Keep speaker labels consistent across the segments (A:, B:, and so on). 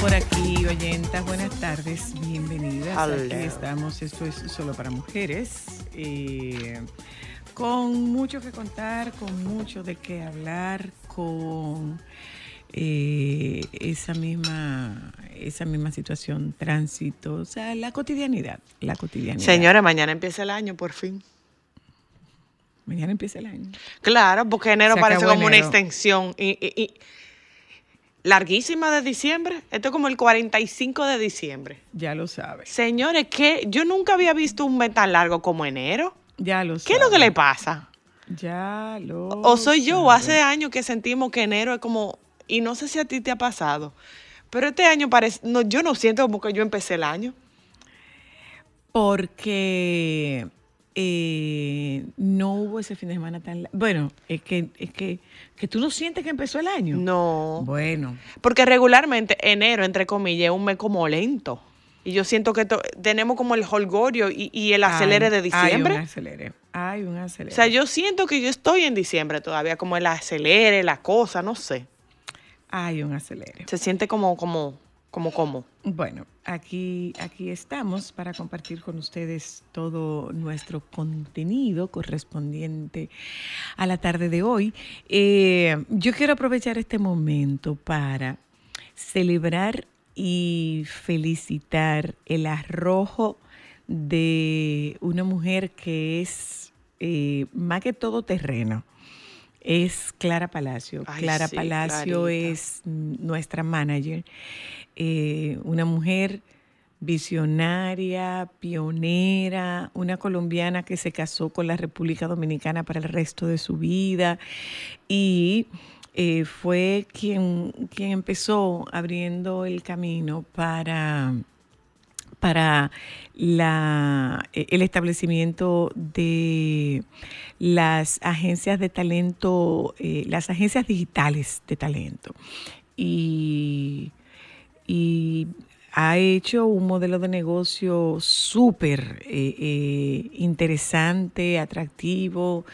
A: por aquí, oyentas. Buenas tardes, bienvenidas. Aquí estamos, esto es solo para mujeres. eh, con mucho que contar, con mucho de qué hablar, con eh, esa misma esa misma situación, tránsito, o sea, la cotidianidad, la cotidianidad.
B: Señores, mañana empieza el año, por fin.
A: Mañana empieza el año.
B: Claro, porque enero
A: Se
B: parece
A: acabó
B: como una
A: enero.
B: extensión y, y- y- larguísima de diciembre. Esto es como el 45 de diciembre.
A: Ya lo sabes.
B: Señores, que yo nunca había visto un mes tan largo como enero.
A: Ya lo sabes.
B: ¿Qué es lo que le pasa?
A: Ya lo
B: O soy yo, o
A: sabes.
B: hace años que sentimos que enero es como, y no sé si a ti te ha pasado, pero este año parece, no, yo no siento como que yo empecé el año.
A: porque eh, no hubo ese fin de semana tan la- bueno es que es que que tú no sientes que empezó el año
B: No.
A: bueno
B: Porque regularmente enero, entre comillas, es un mes como lento. Y yo siento que to- tenemos como el holgorio y, y el acelere
A: hay-
B: de diciembre.
A: hay un acelere hay un
B: o
A: acelere
B: sea, yo siento que yo estoy en diciembre todavía, como el acelere, la cosa, no sé.
A: hay un acelere
B: Se siente como, como, como, como.
A: bueno aquí aquí estamos para compartir con ustedes todo nuestro contenido correspondiente a la tarde de hoy Eh, yo quiero aprovechar este momento para celebrar y felicitar el arrojo de una mujer que es eh, más que todo terreno. Es Clara Palacio.
B: Ay,
A: Clara
B: sí,
A: Palacio
B: Clarita.
A: es nuestra manager, eh, una mujer visionaria, pionera, una colombiana que se casó con la República Dominicana para el resto de su vida y eh, fue quien, quien empezó abriendo el camino para, para la, e- el establecimiento de las agencias de talento, eh, las agencias digitales de talento. Y y ha hecho un modelo de negocio súper eh, eh, interesante, atractivo,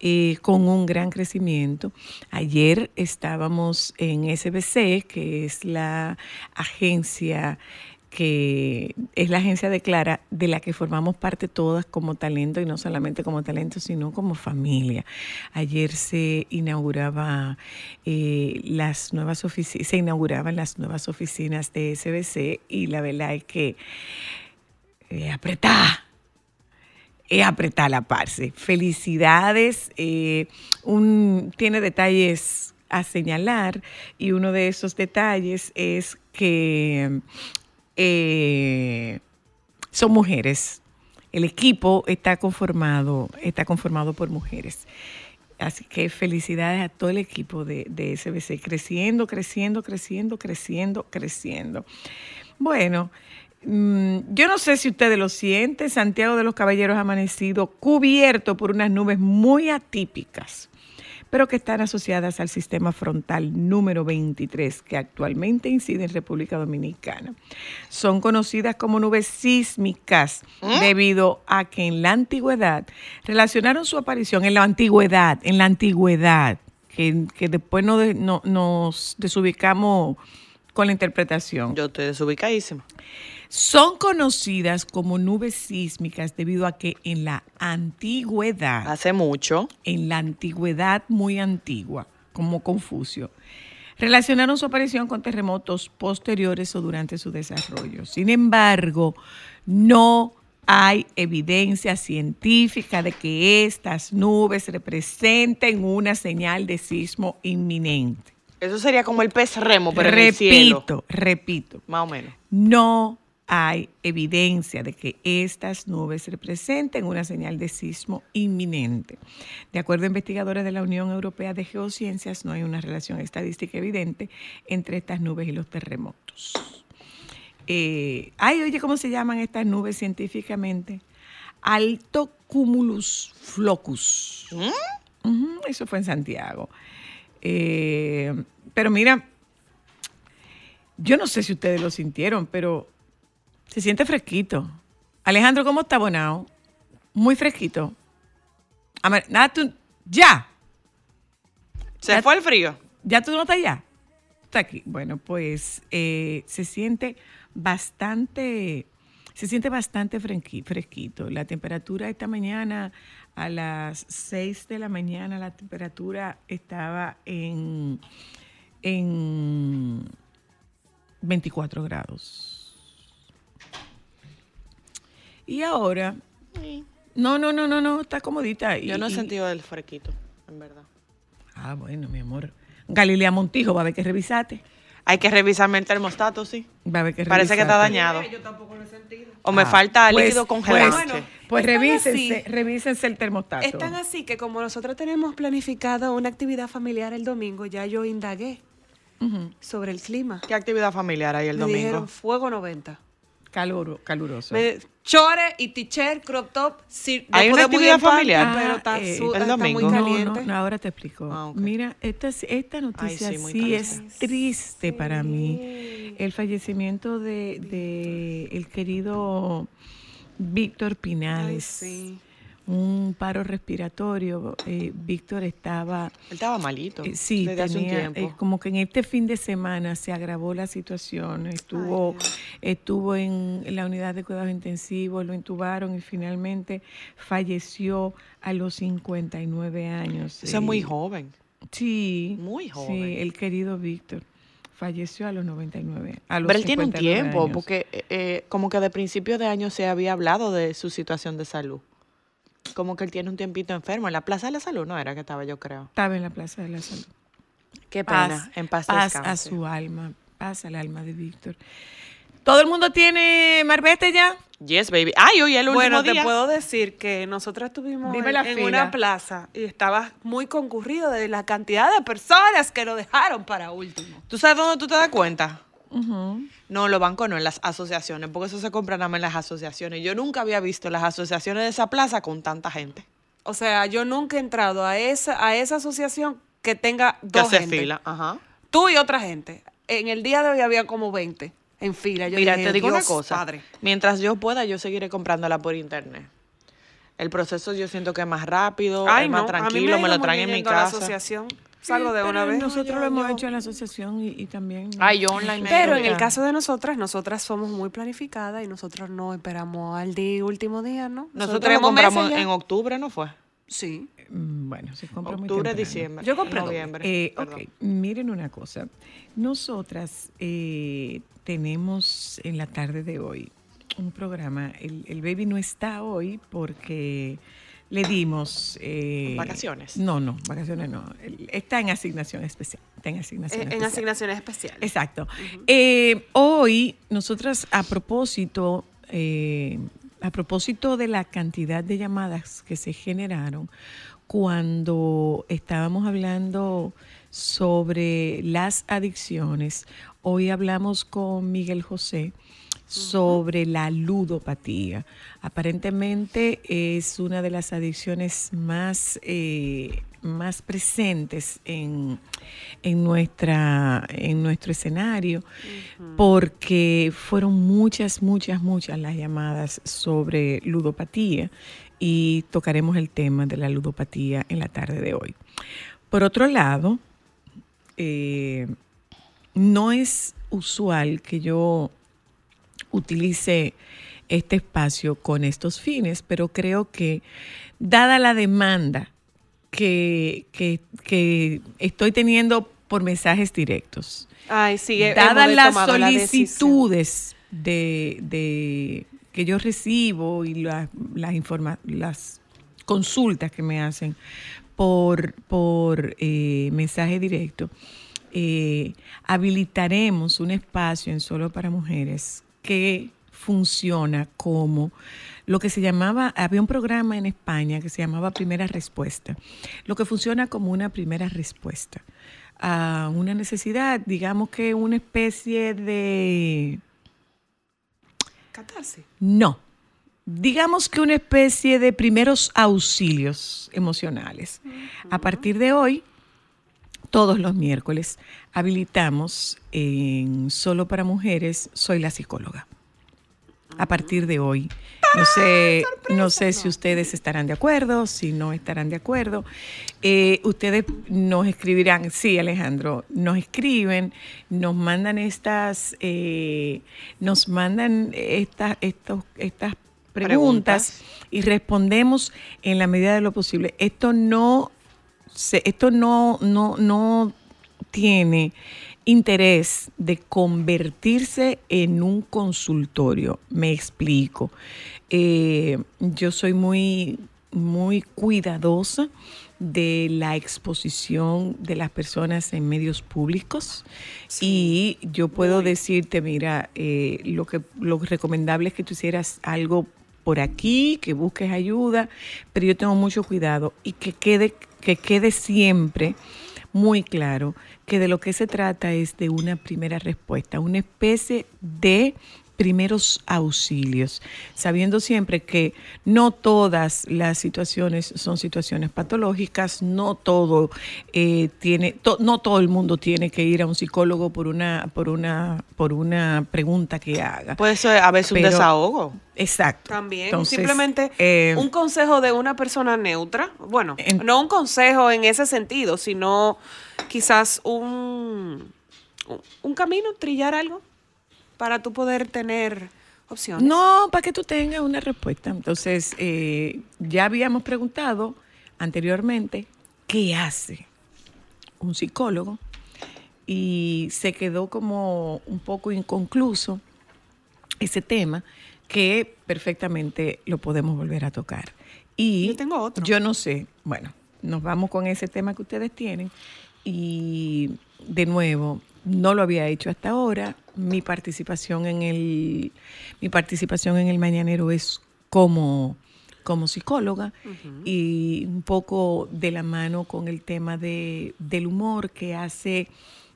A: eh, con un gran crecimiento. Ayer estábamos en SBC, que es la agencia que es la agencia de Clara, de la que formamos parte todas como talento, y no solamente como talento, sino como familia. Ayer se inauguraba eh, las nuevas ofici- se inauguraban las nuevas oficinas de SBC y la verdad es que eh, apretá, es apretar la parce. Felicidades. eh, un, tiene detalles a señalar y uno de esos detalles es que eh, son mujeres. El equipo está conformado, está conformado por mujeres. Así que felicidades a todo el equipo de, de SBC, creciendo, creciendo, creciendo, creciendo, creciendo. Bueno, mm, yo no sé si ustedes lo sienten, Santiago de los Caballeros ha amanecido cubierto por unas nubes muy atípicas, pero que están asociadas al sistema frontal número 23 que actualmente incide en República Dominicana. Son conocidas como nubes sísmicas debido a que en la antigüedad relacionaron su aparición en la antigüedad, en la antigüedad, que, que después no de- no- nos desubicamos con la interpretación.
B: Yo estoy desubicadísima.
A: Son conocidas como nubes sísmicas debido a que en la antigüedad,
B: Hace mucho.
A: en la antigüedad muy antigua, como Confucio, relacionaron su aparición con terremotos posteriores o durante su desarrollo. Sin embargo, no hay evidencia científica de que estas nubes representen una señal de sismo inminente.
B: Eso sería como el pez remo, pero en el cielo.
A: repito, repito.
B: Más o menos.
A: No hay evidencia de que estas nubes representen una señal de sismo inminente. De acuerdo a investigadores de la Unión Europea de Geociencias, no hay una relación estadística evidente entre estas nubes y los terremotos. Eh, ay, oye, ¿cómo se llaman estas nubes científicamente? Alto cumulus flocus. Ujú, eso fue en Santiago. Eh, pero mira, yo no sé si ustedes lo sintieron, pero se siente fresquito. Alejandro, ¿cómo está Bonao? Muy fresquito. Ama- Nada, tú, ya,
B: ¿Se
A: Ya- Ah,
B: fue el frío?
A: ya tú no estás ya. hasta aquí. Bueno, pues eh, se siente bastante, se siente bastante frenqui- fresquito. La temperatura esta mañana a las 6 de la mañana, la temperatura estaba en, en 24 grados. Y ahora, no, no, no, no, no, está comodita.
B: Yo
A: Y-
B: no he
A: y-
B: sentido el fresquito, en verdad.
A: Ah, bueno, mi amor. Galilea Montijo, va a haber que revisarte.
B: Hay que revisarme el termostato, sí.
A: Va a haber que
B: Parece que está
A: revisarte.
B: dañado. O me falta
A: Pues,
B: líquido
A: pues,
B: congelante.
A: Pues,
C: Están
A: revísense,
C: así.
A: revísense el termostato.
C: Están así que como nosotros tenemos planificada una actividad familiar el domingo, ya yo indagué
A: Ujú.
C: sobre el clima.
B: ¿Qué actividad familiar hay el
C: Me
B: domingo?
C: dijeron fuego 90.
A: Caluro- caluroso.
C: Me di- chore y t-shirt, crop top. Sí,
B: Hay
C: yo
B: una
C: pude muy
B: actividad
C: en pan,
B: familiar.
C: pero está,
A: Ah, eh,
C: su-
B: el
C: está muy
B: domingo.
A: No,
C: caliente.
A: no, no, ahora te explico.
B: Ah, ok.
A: Mira, esta, esta noticia
B: sí, muy
A: sí, es
B: caliente.
A: triste para mí. El fallecimiento de, de el querido Víctor
C: Ay,
A: Pinales.
C: sí.
A: Un paro respiratorio. Eh, Víctor estaba
B: Él estaba malito.
A: Eh, Sí,
B: desde hace un
A: tenía, eh,
B: tiempo.
A: como que en este fin de semana se agravó la situación. Estuvo, estuvo en la unidad de cuidados intensivos, lo intubaron y finalmente falleció a los 59 años.
B: Eso es muy
A: Eh,
B: joven.
A: Sí.
B: Muy joven.
A: Sí, el querido Víctor falleció a los 99. A los
B: Pero él tiene un
A: 59
B: tiempo,
A: años.
B: porque eh, eh, como que de principio de año se había hablado de su situación de salud. Como que él tiene un tiempito enfermo. En la Plaza de la Salud no era que estaba, yo creo.
A: Estaba en la Plaza de la Salud.
B: Qué
A: paz,
B: pena. En paz,
A: paz a
B: descanse.
A: su alma, paz al alma de Víctor. ¿Todo el mundo tiene marbete ya?
B: Yes, baby. Ay, hoy es el último
C: Bueno,
B: día.
C: te puedo decir que nosotros estuvimos
A: Dime
C: en,
A: la
C: en
A: fila.
C: una plaza y estaba muy concurrido de la cantidad de personas que lo dejaron para último.
B: ¿Tú sabes dónde tú te das cuenta?
A: Ujú.
B: No, los bancos no, en las asociaciones, porque eso se compra nada más en las asociaciones. Yo nunca había visto las asociaciones de esa plaza con tanta gente.
C: O sea, yo nunca he entrado a esa, a esa asociación que tenga
B: Que
C: dos
B: hace
C: gente.
B: fila. Ajá.
C: Tú y otra gente. En el día de hoy había como 20 en fila. Yo
B: Mira,
C: dije,
B: te digo una
C: "Dios
B: cosa.
C: Padre.
B: Mientras yo pueda, yo seguiré comprándola por internet. El proceso yo siento que es más rápido,
C: Ay,
B: es más
C: no, a mí
B: tranquilo,
C: ha
B: me,
C: ido
B: lo
C: muy
B: traen en
C: bien
B: mi
C: yendo a la
B: casa.
C: asociación. Salgo de
A: Pero
C: una vez.
A: Nosotros
C: Ay,
A: lo
C: yo-
A: hemos
C: yo-
A: hecho en la asociación y, y también.
B: Ay, yo online me
C: Pero en
B: encanta.
C: el caso de nosotras, nosotras somos muy planificadas y nosotros no esperamos al día, último día, ¿no?
B: Nosotros lo
C: tenemos meses
B: compramos
C: ya.
B: en octubre, ¿no fue?
C: Sí.
A: Mm, Bueno, se compra muy
B: Octubre,
A: temprano.
B: diciembre.
C: Yo compré doble.
B: noviembre.
A: Eh,
B: perdón.
A: ok, miren una cosa. Nosotras eh, tenemos en la tarde de hoy un programa. El, el baby no está hoy porque le dimos. eh,
B: Vacaciones.
C: mm,
A: No, no, vacaciones no. Él Está en asignación especial. Está en
C: Eh,
A: asignación
C: En, en
A: especial.
C: asignaciones especiales.
A: Exacto. Eh, hoy, nosotras, a propósito, eh, a propósito de la cantidad de llamadas que se generaron cuando estábamos hablando sobre las adicciones, hoy hablamos con Miguel José sobre la ludopatía. Aparentemente es una de las adicciones más, eh, más presentes en, en, nuestra, en nuestro escenario, porque fueron muchas, muchas, muchas las llamadas sobre ludopatía y tocaremos el tema de la ludopatía en la tarde de hoy. Por otro lado, eh, no es usual que yo utilice este espacio con estos fines, pero creo que dada la demanda que, que- que estoy teniendo por mensajes directos,
C: Ay, sí. he-
A: dadas
C: hemos
A: las
C: tomado la decisión.
A: solicitudes de, de- que yo recibo y las, las, informa- las consultas que me hacen por, por eh, mensaje directo, eh, habilitaremos un espacio en Solo para Mujeres que funciona como lo que se llamaba, había un programa en España que se llamaba Primera Respuesta, lo que funciona como una primera respuesta a una necesidad, digamos que una especie de...
C: Catarse.
A: No. Digamos que una especie de primeros auxilios emocionales. A partir de hoy, todos los miércoles, habilitamos en Solo para Mujeres, Soy la psicóloga. A partir de hoy, No sé, no sé si ustedes estarán de acuerdo, si no estarán de acuerdo. Eh, ustedes nos escribirán, sí, Alejandro, nos escriben, nos mandan estas, eh, nos mandan estas, estos, estas preguntas,
D: Preguntas.
A: y respondemos en la medida de lo posible. Esto no, se, esto no, no, no tiene interés de convertirse en un consultorio. Me explico. Eh, yo soy muy, muy cuidadosa de la exposición de las personas en medios públicos y yo puedo decirte, mira, eh, lo que lo recomendable es que tú hicieras algo por aquí, que busques ayuda, pero yo tengo mucho cuidado y que quede que quede siempre muy claro que de lo que se trata es de una primera respuesta, una especie de primeros auxilios, sabiendo siempre que no todas las situaciones son situaciones patológicas, no todo eh, tiene, to- no todo el mundo tiene que ir a un psicólogo por una, por una, por una pregunta que haga.
D: Puede ser a veces un
A: Pero-
D: desahogo.
A: Exacto.
C: También,
A: Entonces,
C: simplemente
A: eh,
C: un consejo de una persona neutra, bueno,
A: En-
C: no un consejo en ese sentido, sino quizás un, un- un camino, trillar algo para tú poder tener opciones.
A: No, para que tú tengas una respuesta. Entonces, eh, ya habíamos preguntado anteriormente qué hace un psicólogo y se quedó como un poco inconcluso ese tema que perfectamente lo podemos volver a tocar. Y
C: Yo tengo otro.
A: Yo no sé, bueno, nos vamos con ese tema que ustedes tienen y de nuevo, no lo había hecho hasta ahora. Mi participación en el mi participación en el mañanero es como como psicóloga y un poco de la mano con el tema de, del humor que hace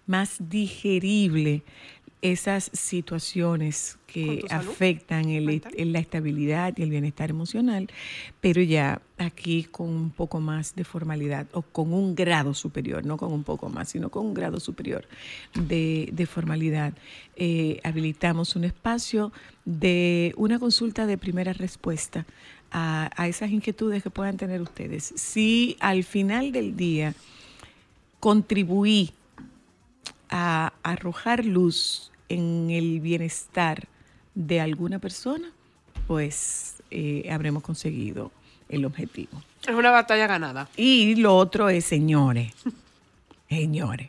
A: más digerible esas situaciones
C: ¿Con
A: que
C: tu salud
A: afectan el, est-
C: mental?
A: en la estabilidad y el bienestar emocional, pero ya aquí con un poco más de formalidad o con un grado superior, no con un poco más, sino con un grado superior de, de formalidad. Eh, habilitamos un espacio de una consulta de primera respuesta a, a esas inquietudes que puedan tener ustedes. Si al final del día contribuí a arrojar luz en el bienestar de alguna persona, pues eh, habremos conseguido el objetivo.
C: Es una batalla ganada.
A: Y lo otro es, señores, señores,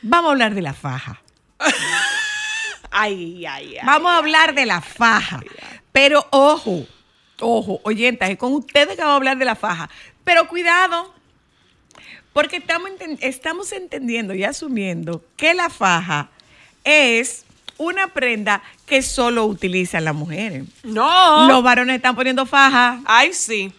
A: vamos a hablar de la faja.
C: Ay, ay, ay.
A: Vamos a hablar de la faja. Pero ojo, ojo, oyentas, es con ustedes que vamos a hablar de la faja. Pero cuidado, porque estamos, enten- estamos entendiendo y asumiendo que la faja es una prenda que solo utilizan las mujeres.
C: No.
A: Los varones están poniendo faja,
C: Ay, sí.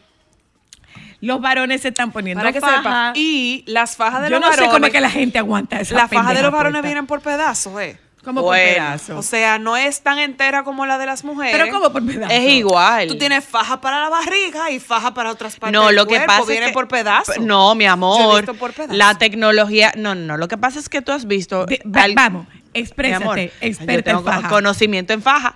A: los varones se están poniendo
C: Para que
A: faja.
C: sepa. Y las fajas de
A: Yo
C: los
A: no
C: varones.
A: sé cómo es que la gente aguanta esa
C: las fajas de
A: pendeja
C: los varones
A: puesta.
C: vienen por pedazos, ¿eh?
A: como por
D: Bueno,
A: pedazos.
C: O sea, no es tan entera como la de las mujeres.
A: pero Pues como por pedazos.
D: Es igual.
C: Tú tienes faja para la barriga y faja para otras partes
D: no,
C: del
D: lo que
C: cuerpo,
D: pasa
C: vienen
D: es que-
C: por pedazos.
D: No, mi
C: Yo he
D: amor.
C: visto por pedazos.
D: La tecnología. No, no, no. Lo que pasa es que tú has visto.
A: De- va-
D: al-
A: vamos,
D: mi amor,
A: exprésate,
D: yo
A: experta
D: tengo
A: en faja.
D: conocimiento en faja.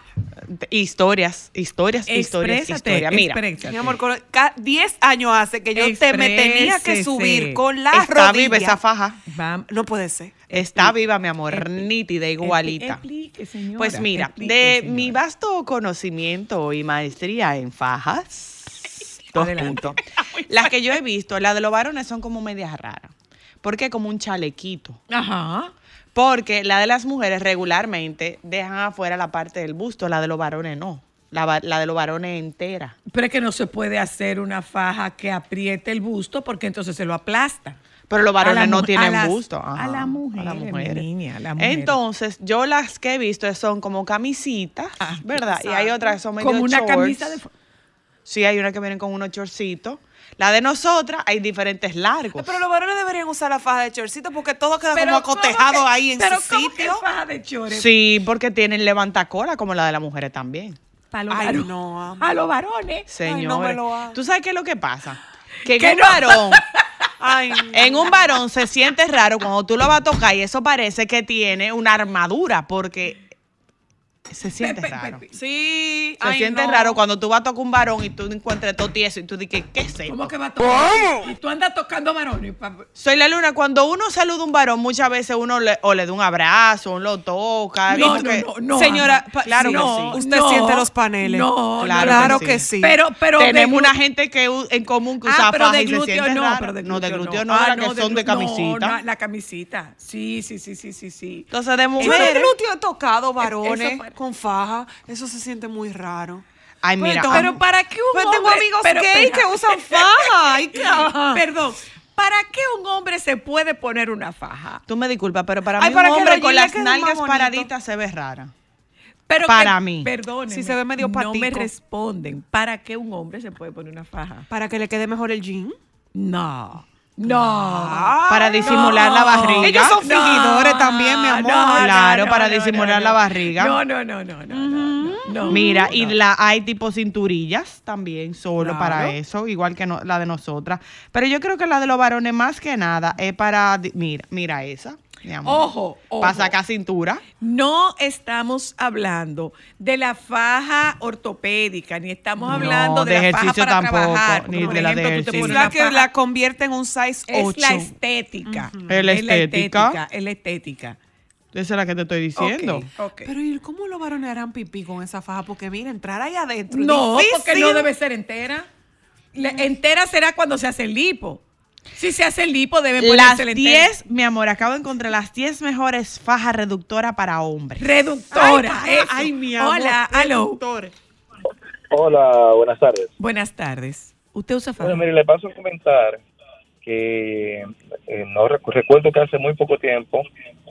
D: Historias, historias, historias, historias. Mira.
A: exprésate.
C: Mi amor, con- ca- 10 años hace que yo te me tenía que
A: Exprésese.
C: subir con la
D: Está
C: rodilla.
D: viva esa faja.
A: Va-
C: No puede ser.
D: Está viva, mi amor,
A: Expli-
D: nítida, igualita.
A: Explique, señora,
D: Pues mira,
A: explique,
D: de
A: señora.
D: mi vasto conocimiento y maestría en fajas, dos
A: Adelante.
D: puntos. Las que yo he visto, las de los varones son como medias raras. Porque es como un chalequito.
A: Ajá.
D: Porque la de las mujeres regularmente dejan afuera la parte del busto, la de los varones no. La, va- la de los varones entera.
A: Pero es que no se puede hacer una faja que apriete el busto porque entonces se lo aplasta.
D: Pero los
A: A la
D: varones no
A: mu-
D: tienen
A: a las-
D: busto.
A: a
D: Ajá,
A: las mujeres, mi
D: mujeres.
A: niña, a las mujeres.
D: Entonces, yo las que he visto son como camisitas,
A: Ah,
D: ¿verdad? Y hay
C: exacto.
D: otras que son medio
A: Como una
D: shorts.
A: camisa de... fu-
D: Sí, hay una que vienen con unos chorcitos. La de nosotras hay diferentes largos.
C: Pero los varones deberían usar la faja de chorcito porque todo queda como
A: ¿cómo
C: acotejado
A: que-
C: ahí en
A: pero
C: su
A: ¿cómo que
C: sitio.
A: faja de chores?
D: Sí, porque tienen levantacola como la de las mujeres también.
A: Pa' los
C: Ay,
A: varones.
C: no, amor.
A: A los varones.
D: Señores.
C: no me lo hagas.
D: ¿Tú sabes qué es lo que pasa? Que
A: Que
D: en un
A: no.
D: varón,
C: Ay, no.
D: en un varón se siente raro cuando tú lo vas a tocar y eso parece que tiene una armadura porque Se siente raro. Se
C: Sí. ay,
D: siente
C: no.
D: raro cuando tú vas a tocar un varón y tú encuentres todo tieso y tú dices, ¿qué es esto?
A: ¿Cómo que va a tocar? ¿Cómo? Y tú andas tocando varones. pa-
D: Soy la luna, cuando uno saluda a un varón, muchas veces uno le, o le da un abrazo, o lo toca.
A: No,
D: ¿viste
A: no,
D: que-
A: no, no.
C: Señora,
A: ama.
C: pa-
D: claro que
A: No,
D: sí.
C: Usted
A: no,
C: siente los paneles.
A: No,
D: Claro
C: claro,
D: que
C: que,
D: sí.
C: sí.
A: Pero, pero.
D: Tenemos
A: de
D: una
A: glu-
D: gente que u- en común que usa
A: Ah, pero
D: faja
A: de
D: y se
A: glúteo
D: siente
A: no,
D: raro.
A: pero de glúteo
D: no, de glúteo no,
A: Ah,
D: la que
A: no,
D: son de
A: glu- no,
D: camisita.
A: no, la camisita. Sí, sí, sí, sí, sí, sí.
D: Entonces, de
C: Yo de
D: mujeres.
C: glúteo tocado, varones,
A: e-, fue- Pues
C: con faja, eso se siente muy raro.
D: Ay, mira. ah,
C: Pero-
D: am-
A: Pero para qué un
C: Pues
A: hombre.
C: tengo amigos
A: pero,
C: gay
A: espera.
C: que usan faja. Ay, ca-
A: Perdón. ¿Para qué un hombre se puede poner una faja?
D: tú me disculpas, pero para
C: Ay,
D: mí
C: para
D: un
C: que
D: hombre
C: lo
D: con
C: llegue
D: las
C: quede más
D: nalgas
C: bonito.
D: paraditas se ve rara.
A: Pero
D: Para
A: que-
D: mí.
A: Perdónenme.
C: Si se ve medio
A: No me
C: patico.
A: responden. ¿Para qué un hombre se puede poner una faja?
C: Para que le quede mejor el jean.
A: No. No.
D: Para disimular la barriga.
C: Ellos son
D: fingidores también, mi amor. Claro, para disimular la barriga.
A: No, no, no, no, no, no, no.
D: Mira, y
A: no.
D: la hay tipo cinturillas también, solo
A: Claro.
D: para eso, igual que no- la de nosotras. Pero yo creo que la de los varones más que nada es para, di- mira, mira esa, mi amor.
A: Ojo, ojo.
D: Para sacar cintura.
A: No estamos hablando de la faja ortopédica, ni estamos
D: No,
A: hablando de,
D: de
A: la faja
D: ejercicio
A: para
D: tampoco,
A: trabajar.
D: ni
A: porque, por
D: de la de
A: ejemplo, tú te
D: Sí.
C: Es
A: pones
D: ejercicio.
C: la que
A: faja-
C: la convierte en un size 8.
A: Es la estética.
D: Es la estética.
A: Es la estética.
D: Esa es la que te estoy diciendo.
A: Ok, ok.
C: Pero ¿y cómo los varones harán pipí con esa faja? Porque mira, entrar ahí adentro es
A: no, porque no
C: difícil.
A: debe ser entera. La- entera será cuando se hace el lipo. Si se hace el lipo, deben
D: Las
A: ponerse la entera.
D: 10, mi amor, acabo de encontrar las 10 mejores fajas reductoras para hombres.
A: Reductora.
D: Ay,
A: eso.
D: ay, mi amor,
A: Hola, aló.
D: reductora.
E: Hola, buenas tardes.
A: Buenas tardes. ¿Usted usa faja?
E: Bueno, mire, le paso a comentar que eh, no recu- recuerdo que hace muy poco tiempo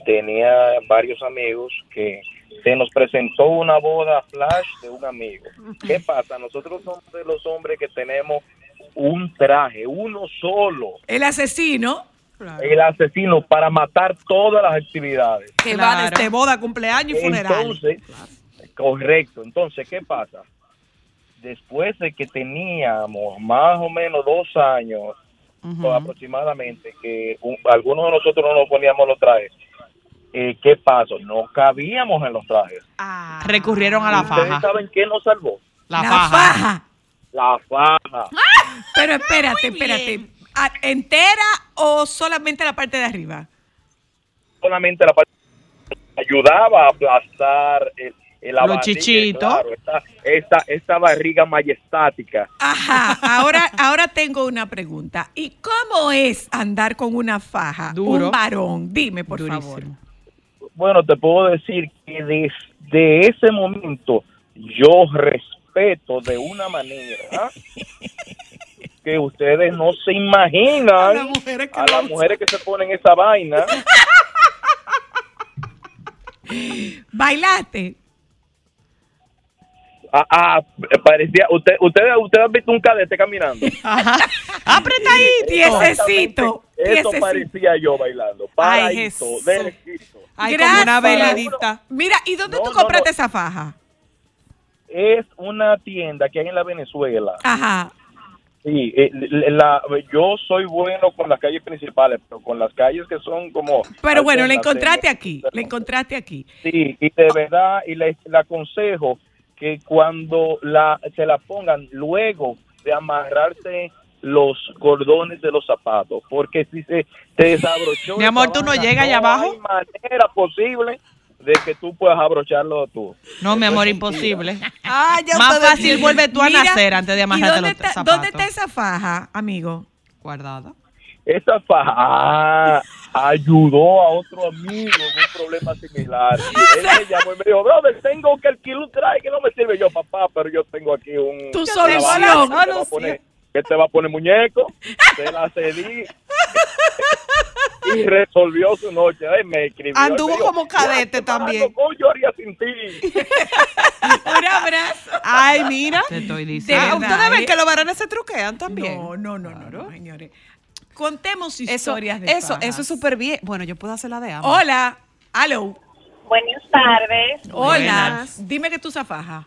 E: tenía varios amigos que se nos presentó una boda flash de un amigo. ¿Qué pasa? Nosotros somos de los hombres que tenemos un traje, uno solo,
A: El asesino.
E: el asesino para matar todas las actividades.
C: Que va
D: Claro.
A: este-
C: desde boda, cumpleaños y funeral.
E: Entonces, correcto. Entonces, ¿qué pasa? Después de que teníamos más o menos dos años
D: Ujú.
E: o aproximadamente, que un- algunos de nosotros no nos poníamos los trajes, eh, ¿qué pasó? No cabíamos en los trajes.
C: Ah.
D: Recurrieron a la
E: ¿Ustedes
D: faja.
E: saben qué nos salvó?
D: La, faja.
E: La faja.
D: Ah.
A: Pero espérate,
C: Muy bien.
A: espérate. Ah, ¿Entera o solamente la parte de arriba?
E: Solamente la parte ayudaba a aplastar el, el- la
D: Los
E: barriga,
D: chichitos.
E: claro, esta, esta, esta barriga majestática.
A: Ajá, Ah, ahora, ahora tengo una pregunta. ¿Y cómo es andar con una faja?
D: Duro.
A: Un varón, dime, por favor.
D: Durísimo.
E: Bueno, te puedo decir que desde ese momento yo respeto de una manera que ustedes no se imaginan a las mujeres que, se ponen esa vaina.
A: ¿Bailaste?
E: Ah, ah, parecía, usted, ustedes usted han visto un cadete caminando.
A: Diececito.
E: Eso
A: diececito.
E: parecía yo bailando. Paraíso,
C: Jesús.
E: derechito.
C: Ay, como una
A: Gracias.
C: veladita.
A: Mira, ¿y dónde
E: No,
A: tú
E: no,
A: compraste
E: no.
A: esa faja?
E: Es una tienda que hay en la Venezuela.
A: Ajá.
E: Sí, eh, l- la, yo soy bueno con las calles principales, pero con las calles que son como...
A: Pero bueno, la encontraste
E: alternas,
A: aquí,
E: eh,
A: la encontraste aquí.
E: Sí, y de verdad, y le, le aconsejo que cuando la se la pongan, luego de amarrarse los cordones de los zapatos, porque si se te desabrochó...
D: Mi
E: esa
D: amor, tú no
E: vaina,
D: llegas allá abajo.
E: No hay manera posible de que tú puedas abrocharlo tú.
D: No, mi amor, imposible.
C: Ah, ya
D: Más
C: ustedes-
D: fácil vuelve tú a
A: Mira,
D: nacer antes de
A: ¿y
D: amarrarte
A: dónde
D: los
A: está-
D: zapatos.
A: ¿Dónde está esa faja, amigo?
D: Guardada.
E: Esa faja ah, ayudó a otro amigo en un problema similar. Y Él me llamó y me dijo, brother, tengo que alquilar un traje que no me sirve. Yo, papá, pero yo tengo aquí un...
A: Tu
E: una
A: solución.
E: vaina que te va a
C: Solución.
E: poner- Que te va a poner muñeco. Se la cedí. y resolvió su noche. Ay, me escribió. y me
C: Anduvo
E: dijo,
C: como cadete
E: "Ya, hermano,
C: también".
E: ¿cómo yo haría sin ti?
A: Un abrazo.
C: Ay, mira.
D: Te estoy
A: De
D: diciendo.
C: Ah,
A: verdad,
C: ustedes ven
A: ¿eh?
C: que los varones se truquean también.
A: No, no, no, no, no, señores. Contemos
C: eso,
A: historias de
C: eso,
A: fajas.
C: eso es súper bien. Bueno, yo puedo hacer la de ambas.
A: Hola, hello,
F: Buenas tardes.
A: hola.
C: Buenas.
A: Dime que tú usas faja.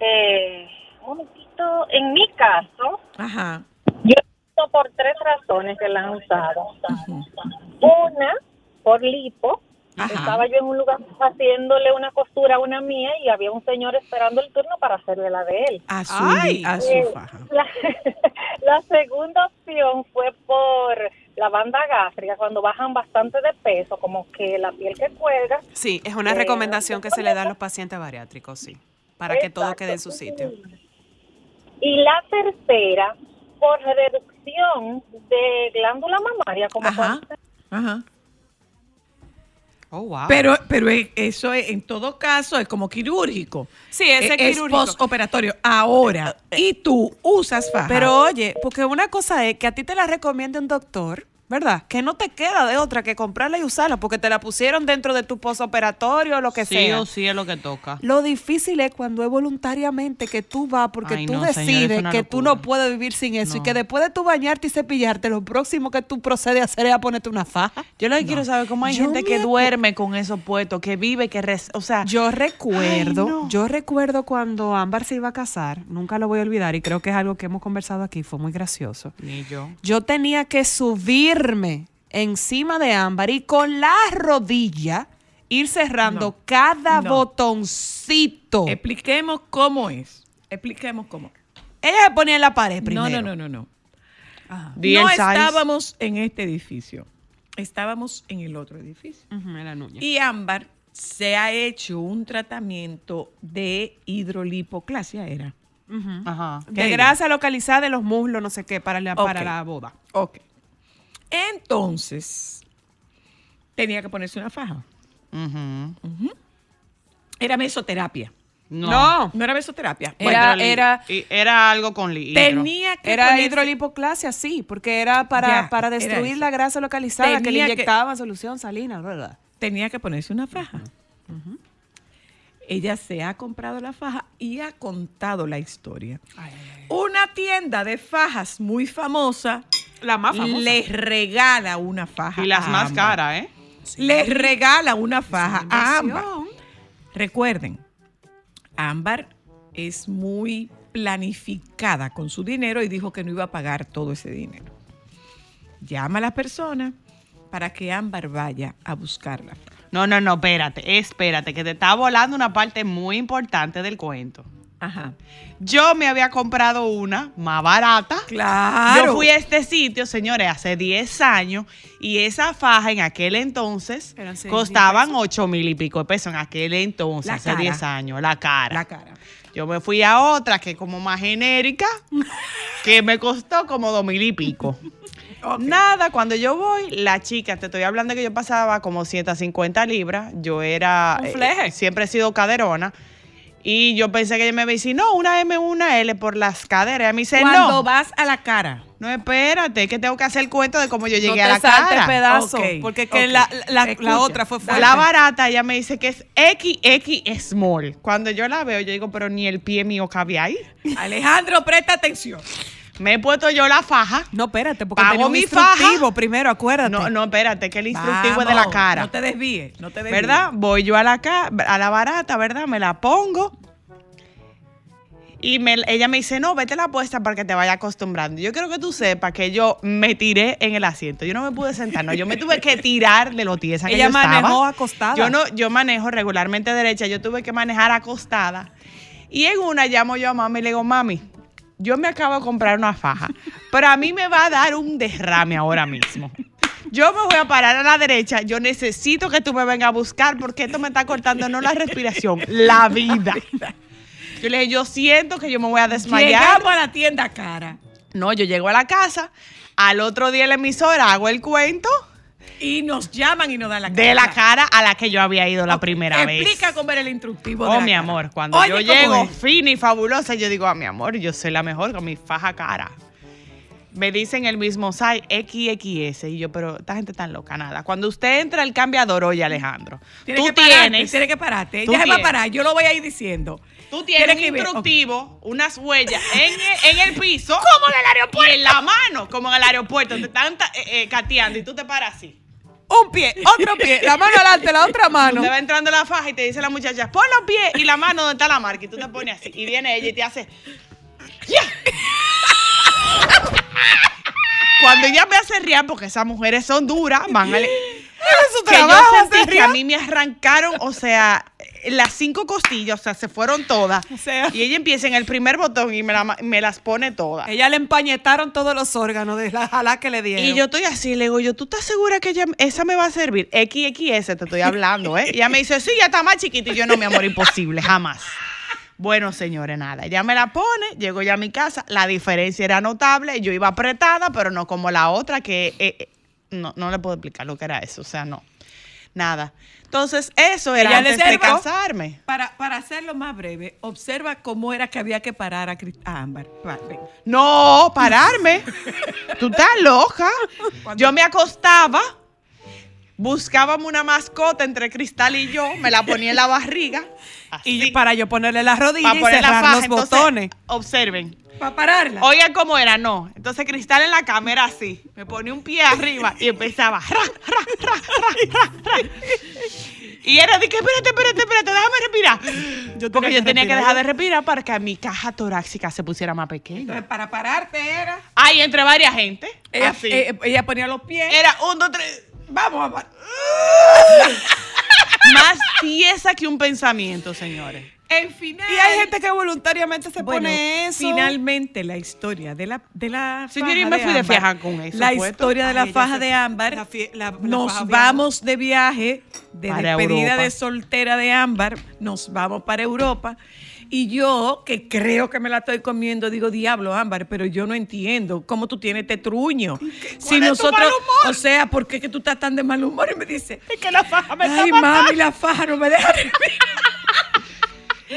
F: Eh, un momentito. En mi caso,
A: Ajá.
F: yo uso por tres razones que la han usado. Una, por lipo,
C: Ajá.
G: Estaba yo en un lugar haciéndole una costura a una mía y había un señor esperando el turno para hacerle la de él.
A: A su,
C: Ay.
A: a su
G: Eh,
A: faja.
G: La, la segunda opción fue por la banda gástrica, cuando bajan bastante de peso, como que la piel que cuelga.
C: Sí, es una
G: Eh,
C: recomendación que se le da a los pacientes bariátricos, sí, para que todo
G: Exacto.
C: quede en su sitio.
G: Y la tercera, por reducción de glándula mamaria, como
A: Ajá.
G: cuando-
A: Ajá.
C: Oh,
D: Ah.
C: wow.
A: Pero, pero e- eso es, en todo caso es como quirúrgico.
C: Sí, ese
A: E- es
C: quirúrgico.
A: postoperatorio. Ahora, y tú usas faja.
C: Pero oye, porque una cosa es que a ti te la recomiende un doctor, ¿verdad? Que no te queda de otra que comprarla y usarla porque te la pusieron dentro de tu posoperatorio o lo que
D: sí
C: sea.
D: o sí es lo que toca.
C: Lo difícil es cuando es voluntariamente que tú vas porque
D: Ay,
C: tú
D: no, señor,
C: decides
D: es una
C: que tú
D: locura.
C: no puedes vivir sin eso y
D: No.
C: que después de tú bañarte y cepillarte, lo próximo que tú procedes a hacer es a ponerte una faja.
D: Yo lo que quiero saber cómo hay
C: Yo
D: gente
C: me
D: que
C: acu-
D: duerme con esos puestos, que vive, que res- o sea,
C: Yo recuerdo,
D: Ay, no.
C: yo recuerdo cuando Ámbar se iba a casar, nunca lo voy a olvidar y creo que es algo que hemos conversado aquí, fue muy gracioso.
D: ni yo.
C: Yo tenía que subirme encima de Ámbar y con la rodilla ir cerrando
A: No.
C: cada
A: No. Eh,
C: botoncito.
A: expliquemos cómo es. Expliquemos cómo.
C: Ella se ponía en la pared primero.
A: No, no, no, no, no.
C: Ajá.
D: Di
A: no
D: el size.
A: estábamos en este edificio. Estábamos en el otro edificio.
D: Ujú, era nuña.
A: Y Ámbar se ha hecho un tratamiento de hidrolipoclasia, era.
C: Ujú.
D: Ajá.
C: De
A: Ok.
C: grasa localizada de los muslos, no sé qué, para la, para
A: Ok.
C: la boda.
A: Ok. Entonces, tenía que ponerse una faja.
D: Ujú.
A: Era mesoterapia.
D: No.
A: No era mesoterapia. Bueno,
C: Era-
D: Era, era, era algo con li- hidro.
A: tenía que
C: Era
A: ponerse-
C: hidrolipoclasia, sí, porque era para,
A: Ya,
C: para
A: era
C: destruir
A: eso.
C: la grasa localizada que le
A: Tenía que-
C: inyectaban solución salina, ¿verdad?
A: tenía que ponerse una faja. Ujú. Ella se ha comprado la faja y ha contado la historia. Una tienda de fajas muy famosa,
C: La más famosa.
A: les regala una faja.
D: Y las
A: a
D: más
A: ambas.
D: caras, ¿eh?
A: Les regala una
C: Una
A: faja a
C: inversión.
A: ambas. Recuerden, Ámbar es muy planificada con su dinero y dijo que no iba a pagar todo ese dinero. Llama a la persona para que Ámbar vaya a buscarla.
D: No, no, no, espérate, espérate, que te está volando una parte muy importante del cuento.
A: Ajá.
D: Yo me había comprado una más barata.
A: Claro.
D: Yo fui a este sitio, señores, hace 10 años y esa faja en aquel entonces
C: Eran seis mil
D: costaban 8 mil y pico de pesos en aquel entonces,
A: La
D: hace
A: cara.
D: 10 años, la cara.
A: la cara.
D: Yo me fui a otra que como más genérica, que me costó como 2 mil y pico. Nada, cuando yo voy, la chica, te estoy hablando que yo pasaba como 150 libras, yo era...
C: Un
D: eh,
C: fleje.
D: siempre he sido caderona. Y yo pensé que ella me decía, no, una M, una L por las caderas. Ella me dice,
A: Cuando
D: no.
A: vas a la cara.
D: No, espérate, que tengo que hacer el cuento de cómo yo
C: No
D: llegué
C: te
D: a la
C: saltes
D: cara.
C: pedazo,
A: Ok,
C: porque
A: ok.
C: que la, la- la
A: Escucha.
C: otra fue fuerte.
D: La barata, ella me dice que es XX small. Cuando yo la veo, yo digo, pero ni el pie mío cabe ahí.
A: Alejandro, presta atención.
D: Me he puesto yo la faja.
C: No, espérate, porque
D: Pago
C: tenía un
D: mi
C: instructivo
D: faja.
C: primero, acuérdate.
D: No, no, espérate, que el instructivo es de la
A: Vamos,
D: cara.
A: No te desvíes, no te desvíes.
D: ¿Verdad? Voy yo a la, ca- a la barata, ¿verdad? Me la pongo. Y me- ella me dice, no, vete la puesta para que te vaya acostumbrando. Yo quiero que tú sepas que yo me tiré en el asiento. Yo no me pude sentar, no. Yo me tuve que tirar de lo tiesa que
C: Ella
D: yo
C: manejó
D: estaba.
C: acostada.
D: Yo, no, yo manejo regularmente derecha. Yo tuve que manejar acostada. Y en una llamo yo a mami y le digo, mami, yo me acabo de comprar una faja, pero a mí me va a dar un derrame ahora mismo. Yo me voy a parar a la derecha, yo necesito que tú me vengas a buscar porque esto me está cortando no la respiración, la vida. Yo le dije, yo siento que yo me voy a desmayar.
A: Llegamos a la tienda cara
D: No, yo llego a la casa, al otro día en la emisora hago el cuento
A: y nos llaman y nos dan la cara.
D: de la cara a la que yo había ido la primera vez.
A: Explica cómo era el instructivo. de
D: Oh,
A: la
D: mi
A: cara.
D: amor, cuando
A: Oye,
D: yo
A: ¿cómo
D: llego
A: es?
D: fina y fabulosa, yo digo, a mi amor, yo soy la mejor con mi faja cara. Me dicen el mismo size XXS y yo, pero esta gente tan loca, nada. Cuando usted entra al cambiador, oye, Alejandro,
A: Tienes
D: tú
A: que pararte,
D: tienes,
A: tienes que pararte.
D: tú
A: Ella se va a
D: tienes.
A: parar, yo lo voy a ir diciendo.
D: tú tienes un
A: que ver, ok.
D: instructivo, unas huellas en el, en el piso. Como en el aeropuerto. en la mano, como en el aeropuerto. Te están ta- eh, eh, cateando y tú te paras así.
C: Un pie, otro pie, la mano adelante, la otra mano.
D: Te va entrando la faja y te dice la muchacha, pon los pies y la mano donde está la marca. Y tú te pones así. Y viene ella y te hace. "Ya". Cuando ella me hace riar, porque esas mujeres son duras, van a le- de su que yo trabajo. sentí ¿en serio? que a mí me arrancaron, o sea, las cinco costillas, o sea, se fueron todas.
C: O sea.
D: y ella empieza en el primer botón y me, la ma- me las pone todas.
C: Ella le empañetaron todos los órganos de la jala que le dieron.
D: Y yo estoy así, le digo, yo, ¿tú estás segura que ella- esa me va a servir? XXS, te estoy hablando, ¿eh? Y ella me dice, sí, ya está más chiquita. Y yo, no, mi amor, imposible, jamás. Bueno, señores, nada. Ella me la pone, llego ya a mi casa. La diferencia era notable. Yo iba apretada, pero no como la otra que... eh, eh, no, no le puedo explicar lo que era eso, o sea, no. Nada. Entonces, eso era
C: Ella le
D: antes de
C: cerró.
D: casarme.
A: Para, para hacerlo más breve, observa cómo era que había que parar a, Cris- a Ámbar. Va, ven.
D: No, pararme. Tú estás loca. Yo me acostaba, buscábamos una mascota entre Cristal y yo, me la ponía en la barriga.
C: Y
D: así,
C: para yo ponerle la rodilla
D: para
C: y
D: poner la
C: cerrar
D: faja.
C: los
D: Entonces,
C: botones.
D: Observen.
A: Para pararla.
D: Oigan cómo era, no. Entonces Cristal en la cámara así. Me ponía un pie arriba y empezaba. ra, ra, ra, ra, ra, ra. Y era de que, espérate, espérate, espérate, déjame respirar.
C: Yo tenía
D: Porque
C: que
D: yo tenía que
C: respirar.
D: dejar de respirar para que mi caja torácica se pusiera más pequeña.
A: Entonces, para pararte era.
D: Ay, entre varias gente.
A: Ella,
D: así.
A: eh, ella ponía los pies.
D: Era un, dos, tres.
A: Vamos, Ámbar.
D: Más tiesa que un pensamiento, señores.
A: El final.
C: Y hay gente que voluntariamente se
A: Bueno,
C: pone eso.
A: Finalmente la historia de la de la
D: Sí,
A: faja
D: yo ni me fui de
A: ámbar.
D: faja con eso, pues,
A: La
D: puesto.
A: historia de la
C: Ay, ella
A: faja
C: se-
A: de ámbar.
C: la fie- la- la
A: nos
C: faja de
A: vamos de viaje de
D: Para
A: despedida
D: Europa.
A: de soltera de ámbar, nos vamos para Europa y yo que creo que me la estoy comiendo digo diablo ámbar, pero yo no entiendo cómo tú tienes este truño. Si
D: es tu mal humor?
A: o sea, ¿por qué que tú estás tan de mal humor? Y me dice,
D: Es que la faja
A: "Ay, mami, la faja no me deja respirar".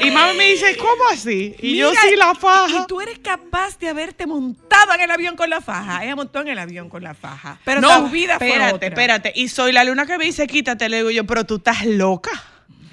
D: Y mami me dice, ¿cómo así? Y yo
A: Mira,
D: sí la
A: Y,
D: faja.
A: y tú eres capaz de haberte montado en el avión con la faja. Ella montó en el avión con la faja. Pero
D: no,
A: su vida fue
D: espérate,
A: otra.
D: espérate. Y soy la luna que me dice, quítate. Le digo yo, pero tú estás loca.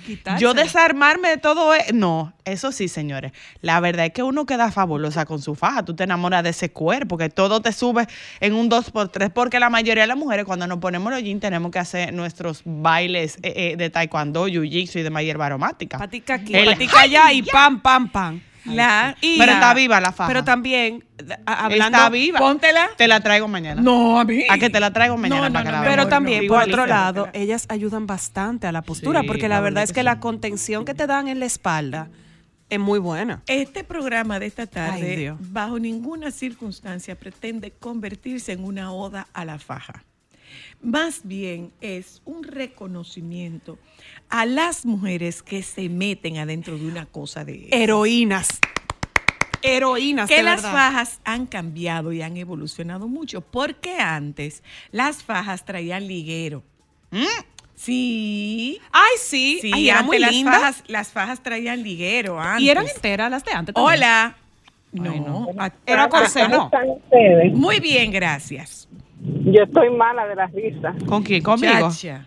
A: Quitársela.
D: Yo desarmarme de todo eso. No, eso sí, señores. La verdad es que uno queda fabulosa con su faja. Tú te enamoras de ese cuerpo, que todo te sube en un 2x3, porque la mayoría de las mujeres, cuando nos ponemos los jeans, tenemos que hacer nuestros bailes eh, eh, de taekwondo, jiu-jitsu y de hierba aromática.
C: Patica aquí,
D: El-
C: patica allá y pam, pam, pam.
A: La-
C: Y-
D: Pero está viva la faja.
C: Pero también, de- a-
D: Está
C: hablando.
D: viva.
A: póntela.
D: Te la traigo mañana.
A: No, a mí.
D: A que te la traigo mañana
A: No,
D: para
A: no,
D: que
A: no,
D: la
A: no,
D: veas.
C: Pero
A: Bueno,
C: también, por
A: igualita.
C: otro lado, ellas ayudan bastante a la postura,
D: Sí,
C: porque
D: la
C: la
D: verdad
C: verdad es
D: que
C: que
D: sí.
C: la contención que te dan en la espalda es muy buena.
A: Este programa de esta
C: Ay,
A: tarde,
C: Dios.
A: bajo ninguna circunstancia, pretende convertirse en una oda a la faja. Más bien es un reconocimiento a las mujeres que se meten adentro de una cosa
C: Eh,
A: de esa.
C: Heroínas. Heroínas,
A: que
C: de
A: las
C: verdad.
A: fajas han cambiado y han evolucionado mucho, porque antes las fajas traían liguero. Sí.
C: Ay, sí.
A: Sí,
C: ¿Mm? Ay, era
A: antes
C: muy
A: las
C: linda.
A: fajas, las fajas traían liguero antes.
C: Y eran enteras las de antes. también.
A: Hola. No. a-
C: Era corsé,
G: ¿Cómo
C: ¿no?
G: están ustedes?
A: Muy bien, gracias.
G: Yo estoy mala de las risas
D: ¿Con quién? ¿Conmigo?
A: Chacha.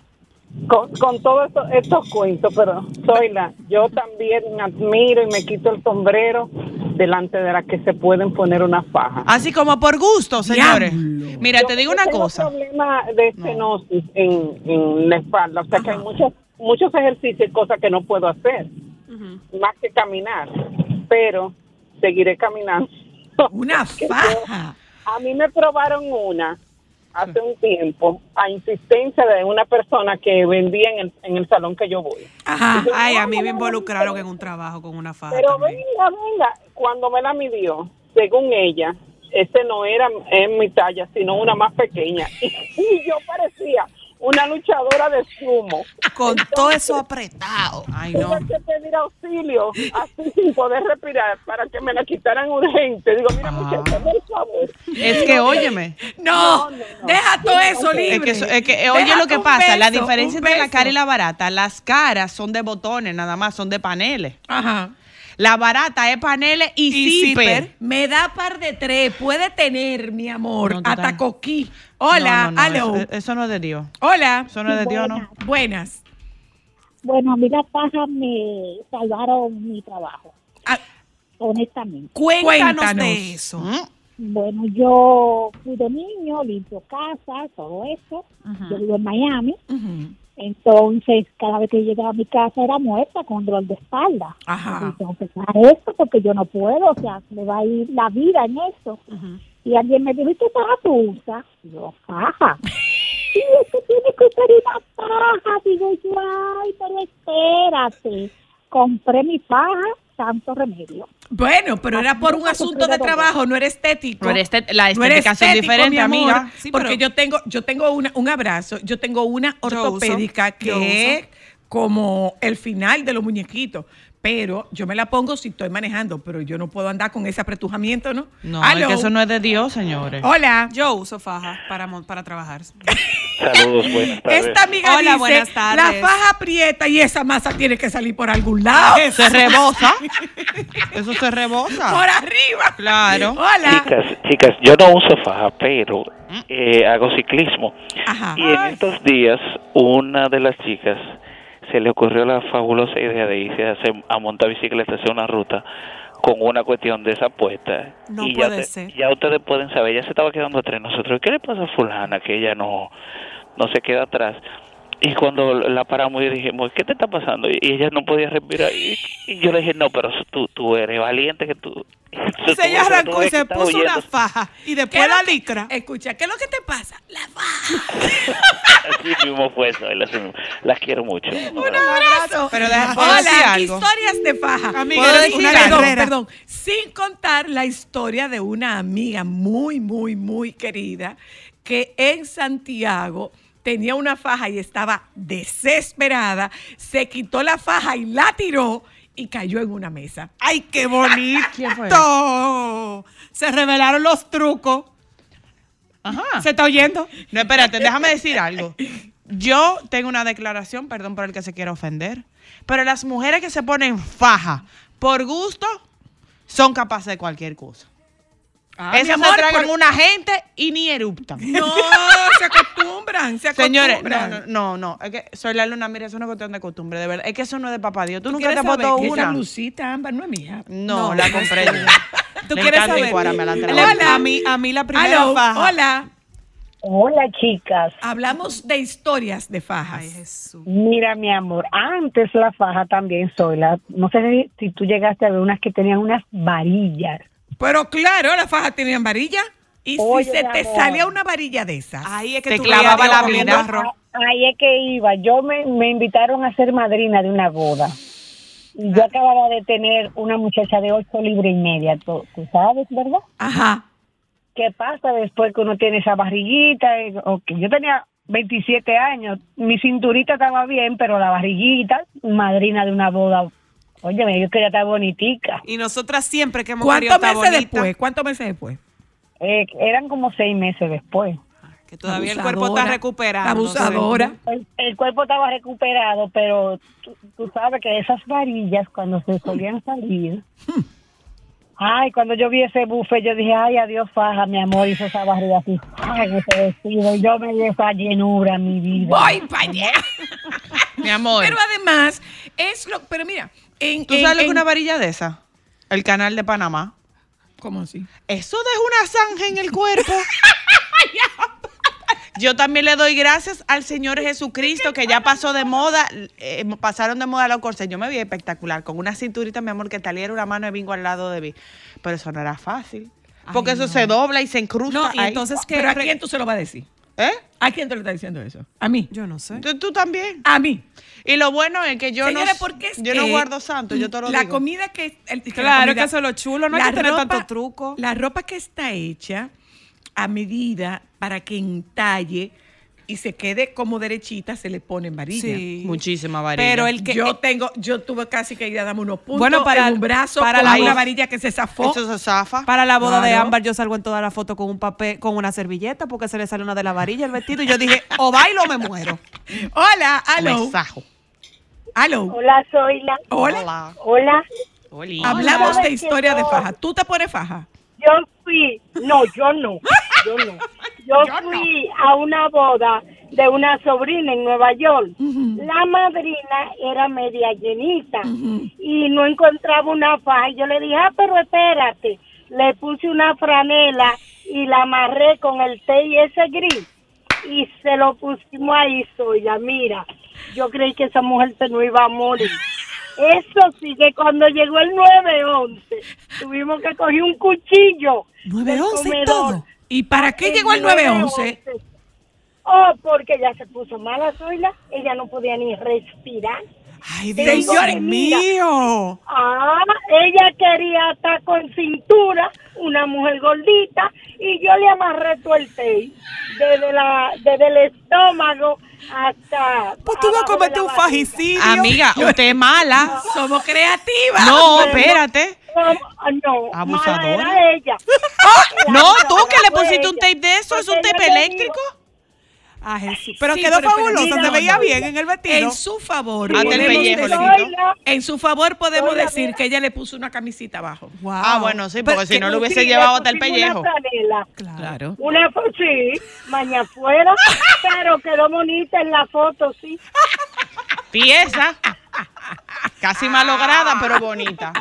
G: con, con todos eso- estos cuentos, pero soy la. Yo también admiro y me quito el sombrero delante de las que se pueden poner una faja.
D: Así como por gusto, señores.
A: Diablo.
D: Mira, Ah, te
G: Yo
D: digo una
G: tengo
D: cosa.
G: problema de estenosis en, en la espalda, o sea que hay muchos, muchos ejercicios y cosas que no puedo hacer, más que caminar, pero seguiré caminando.
A: Una faja.
G: A mí me probaron una hace un tiempo a insistencia de una persona que vendía en el, en el salón que yo voy.
A: Ajá.
C: Ah, Ay, a mí me involucraron en un trabajo con una faja.
G: Pero
C: Ah, también.
G: venga, venga, cuando me la midió, según ella, ese no era en mi talla, sino una más pequeña. Y yo parecía una luchadora de sumo.
C: Con todo eso apretado. Ay, no.
G: Tuve que pedir auxilio, así sin poder respirar, para que me la quitaran urgente. Digo,
C: Ah.
G: mira, muchacha, por favor.
D: Es que, óyeme.
A: No,
G: No, no, no.
A: deja todo eso
D: Es
A: libre.
D: que, eso- es que, eh,
A: Deja
D: oye lo que
A: un
D: pasa, la
A: beso,
D: diferencia
A: un
D: entre la
A: beso.
D: cara y la barata, las caras son de botones nada más, son de paneles.
A: Ajá.
D: La barata es paneles y,
C: Y
D: zipper.
C: zipper.
A: Me da par de tres, puede tener, mi amor,
D: No, total.
A: hasta coquí.
D: No, no,
A: Hola,
D: no,
A: aló.
D: Eso, eso no es de Dios.
A: Hola.
D: Eso no es de Dios, no.
A: Buenas.
H: Bueno, a mí las pajas me salvaron mi trabajo,
A: Ah,
H: honestamente.
C: Cuéntanos,
A: Cuéntanos.
C: de eso.
D: Mm.
H: Bueno, yo fui de niño, limpio casa, todo eso. Yo vivo en Miami,
A: ujú.
H: entonces cada vez que llegaba a mi casa era muerta con dolor de espalda.
A: Ajá.
H: Y tengo que dejar esto porque yo no puedo, o sea, me va a ir la vida en eso. Y alguien me dijo, ¿y qué paja tú usas? Y yo, paja.
F: sí, es que tiene que usar una faja. Digo yo, ay, pero espérate. Compré mi faja, santo remedio.
A: Bueno, pero era por un asunto de trabajo, no era estético.
D: No era estet- la
A: No era
D: estética son
A: estético,
D: diferente,
A: mi amor,
D: amiga.
C: Sí,
A: porque
C: pero-
A: yo tengo, yo tengo una, un abrazo, yo tengo una
C: uso,
A: ortopédica
C: yo
A: que es como el final de los muñequitos. Pero yo me la pongo si estoy manejando, pero yo no puedo andar con ese apretujamiento, ¿no?
D: No,
A: Aló.
D: es que eso no es de Dios, señores.
A: Hola.
C: Yo uso faja para, mo- para trabajar.
I: Saludos, buenas tardes.
A: Esta amiga
C: Hola,
A: dice,
C: buenas tardes.
A: la faja aprieta y esa masa tiene que salir por algún lado.
D: Se rebosa. Eso se rebosa.
A: Por arriba.
D: Claro.
A: Hola.
J: Chicas, chicas, yo no uso faja, pero eh, hago ciclismo.
A: Ajá.
J: Y en estos días, una de las chicas se le ocurrió la fabulosa idea de irse a, hacer- a montar bicicleta, hacer una ruta con una cuestión de esa puesta.
C: No
J: y ya
C: puede
J: te-
C: ser.
J: Ya ustedes pueden saber, ella se estaba quedando atrás de nosotros. ¿Qué le pasa a fulana que ella no, no se queda atrás? Y cuando la paramos y dijimos, ¿qué te está pasando? Y ella no podía respirar. Y, y yo le dije, no, pero tú, tú eres valiente que tú... tú- tú-
C: Ella
J: tú
C: arrancó y
J: ves que
C: se
J: estás
C: puso una
J: huyendo".
C: faja y
A: ¿Qué
C: después
A: es lo
C: la
A: que-
C: licra.
A: Escucha, ¿qué es lo que te pasa? La faja.
J: Así mismo fue eso, él así mismo. Las quiero mucho.
A: Un abrazo.
D: Pero deja- ¿puedo decir
A: Hola,
D: algo?
A: historias de faja.
D: Amiga,
A: Puedo
D: eres una
A: decir algo,
D: guerrera.
A: perdón. Sin contar la historia de una amiga muy, muy, muy querida que en Santiago tenía una faja y estaba desesperada, se quitó la faja y la tiró y cayó en una mesa.
C: ¡Ay, qué bonito!
D: ¿Quién fue?
C: Se revelaron los trucos.
D: Ajá.
C: ¿Se está oyendo?
D: No, espérate, déjame decir algo. Yo tengo una declaración, perdón por el que se quiera ofender, pero las mujeres que se ponen faja por gusto son capaces de cualquier cosa.
A: mi
C: Ah,
D: Esas
A: amor,
D: se tragan
A: por-
D: una gente y ni eruptan.
A: No, se acostumbran, se
D: Señores, no,
A: acostumbran.
D: no, no, no, es que soy la luna, mira, eso no es cuestión de costumbre, de verdad. Es que eso no es de papá Dios. Tú nunca te
C: quieres
D: has puesto
C: saber que
A: Esa
D: una.
A: blusita ámbar no es mía.
D: No,
C: No,
D: la
C: no es
D: compré.
C: tuya.
D: ¿Tú quieres saber? adelante, la
C: Le-
D: voy.
A: Hola.
C: A mí, a mí la primera
A: Aló,
C: faja.
A: Hola.
F: Hola, chicas.
A: Hablamos de historias de fajas.
C: Ay, Jesús.
F: Mira, mi amor, antes la faja también soy la. No sé si tú llegaste a ver unas que tenían unas varillas.
A: Pero claro, las fajas tenían varilla. Y
F: Oye,
A: si se
F: mi
A: te
F: amor.
A: salía una varilla de esas.
C: Ay, es que
D: Te
C: tú veías
D: clavaba
C: a Dios
D: la
C: comiendo
D: vida.
C: arroz.
F: Ahí es que iba. Yo me, me invitaron a ser madrina de una boda. Y yo acababa de tener una muchacha de ocho libras y media. Tú, tú sabes, ¿verdad?
A: Ajá.
F: ¿Qué pasa después que uno tiene esa barriguita? Eh, ok, Yo tenía 27 años. Mi cinturita estaba bien, pero la barriguita, madrina de una boda. Óyeme, yo quería estar bonitica.
C: Y nosotras siempre que hemos querido
A: ¿Cuántos
C: estar
A: meses
C: bonita,
A: después? ¿Cuántos meses después?
F: Eh, eran como seis meses después.
C: que todavía el cuerpo está
A: Abusadora,
C: recuperando.
A: Abusadora.
F: El, el cuerpo estaba recuperado, pero tú, tú sabes que esas varillas cuando se solían salir. Ay, cuando yo vi ese buffet, yo dije, ay, adiós, faja, mi amor, hizo esa barriga así, ay, ese vestido, y yo me di esa llenura, mi vida.
A: Voy para allá.
D: Mi amor,
A: Pero además, es lo. Pero mira, en.
D: ¿tú
A: en-
D: sabes lo que es
A: en-
D: una varilla de esa? El canal de Panamá.
A: ¿Cómo así?
D: Eso deja una zanja en el cuerpo. Yo también le doy gracias al Señor Jesucristo que ya pasó de moda, eh, pasaron de moda los corsés. Yo me vi espectacular con una cinturita, mi amor, que talía era una mano de bingo al lado de mí. Pero eso no era fácil, porque eso se dobla y se incrusta.
C: No, y
D: ahí.
C: entonces que
A: Pero ¿a quién tú se lo vas a decir?
D: ¿Eh?
A: ¿A quién tú le estás diciendo eso? A mí.
C: Yo no sé.
D: Tú, tú también.
A: A mí.
D: Y lo bueno es que yo
A: Señores,
D: no,
A: porque es
D: yo no
A: que
D: guardo santo, yo te lo
A: La
D: digo.
A: comida que... el- que la
C: Claro,
A: comida-
C: que eso es lo chulo, no hay
A: la
C: que tener tanto truco.
A: La ropa que está hecha a medida para que entalle y se quede como derechita, se le pone en varilla.
C: Sí.
D: Muchísima varilla.
C: Pero el que eh,
A: yo tengo, yo tuve casi que ir a darme unos puntos
C: Bueno, para-
A: en un brazo
C: para
A: para
C: la
A: una
C: voz.
A: varilla que se zafó.
D: eso se zafa.
C: para la boda de
A: Claro.
C: Ámbar yo salgo en toda la foto con un papel, con una servilleta porque se le sale una de la varilla el vestido y yo dije, "Oh, o bailo o me muero.
A: Hola,
D: me
A: aló,
D: zajo.
A: aló.
F: Hola, soy la.
A: Hola.
D: Hola.
F: Hola,
D: Oli.
A: Hablamos
F: Hola.
A: de historia de faja. ¿Tú te pones faja?
F: yo fui, no, yo no, yo no. Yo, fui a una boda de una sobrina en Nueva York. La madrina era media llenita y no encontraba una faja. Y Yo le dije, ah, pero espérate. Le puse una franela y la amarré con el té y ese gris. Y se lo pusimos ahí, Zoila. Mira, yo creí que esa mujer se no iba a morir. Eso sí, que cuando llegó el 9-11, tuvimos que coger un cuchillo. del
C: 9-11 y
F: comedor.
C: todo.
A: ¿Y para qué
F: El
A: llegó el 911?
F: 9-11.
H: o Oh, porque ella se puso mala sola, ella no podía ni respirar.
D: Ay,
H: Te digo
D: Dios
H: que mira.
D: mío.
H: Ah, ella quería estar con cintura, una mujer gordita, y yo le amarré todo el pey, desde, la, desde el estómago hasta...
C: Pues tú no
H: abajo de
C: comete
H: la
C: un
H: barriga.
C: fajicidio.
D: Amiga, usted es mala.
A: Somos creativas.
D: No,
H: Bueno.
D: espérate.
H: No, Ah, no,
D: Abusadora.
H: mala era ella.
D: Ah, No,
H: La
D: tú que
H: abusadora
D: le
H: fue
D: pusiste un
H: ella.
D: tape de eso, es un
H: Porque yo
D: tape
H: le digo,
D: eléctrico. Ah, Jesús. Pero
A: Sí,
D: quedó
A: pero- pero
D: fabulosa,
A: mira,
D: se veía
A: no,
D: bien en el vestido.
A: En su favor,
D: Hasta el
A: podemos
D: pellejo le
A: decir-
D: quitó.
H: Sola,
A: en su favor podemos
H: Oiga,
A: decir
H: mira.
A: que ella le puso una camisita abajo.
D: Wow. Ah, bueno, sí, porque
A: Pero
D: si
A: que
D: no lo
H: Sí,
D: hubiese
H: le
D: llevado hasta el
H: pusimos
D: pellejo.
H: Una franela,
A: Claro.
H: una fo- sí, maña afuera, pero quedó bonita en la foto, sí.
D: Pieza. Casi malograda, pero bonita.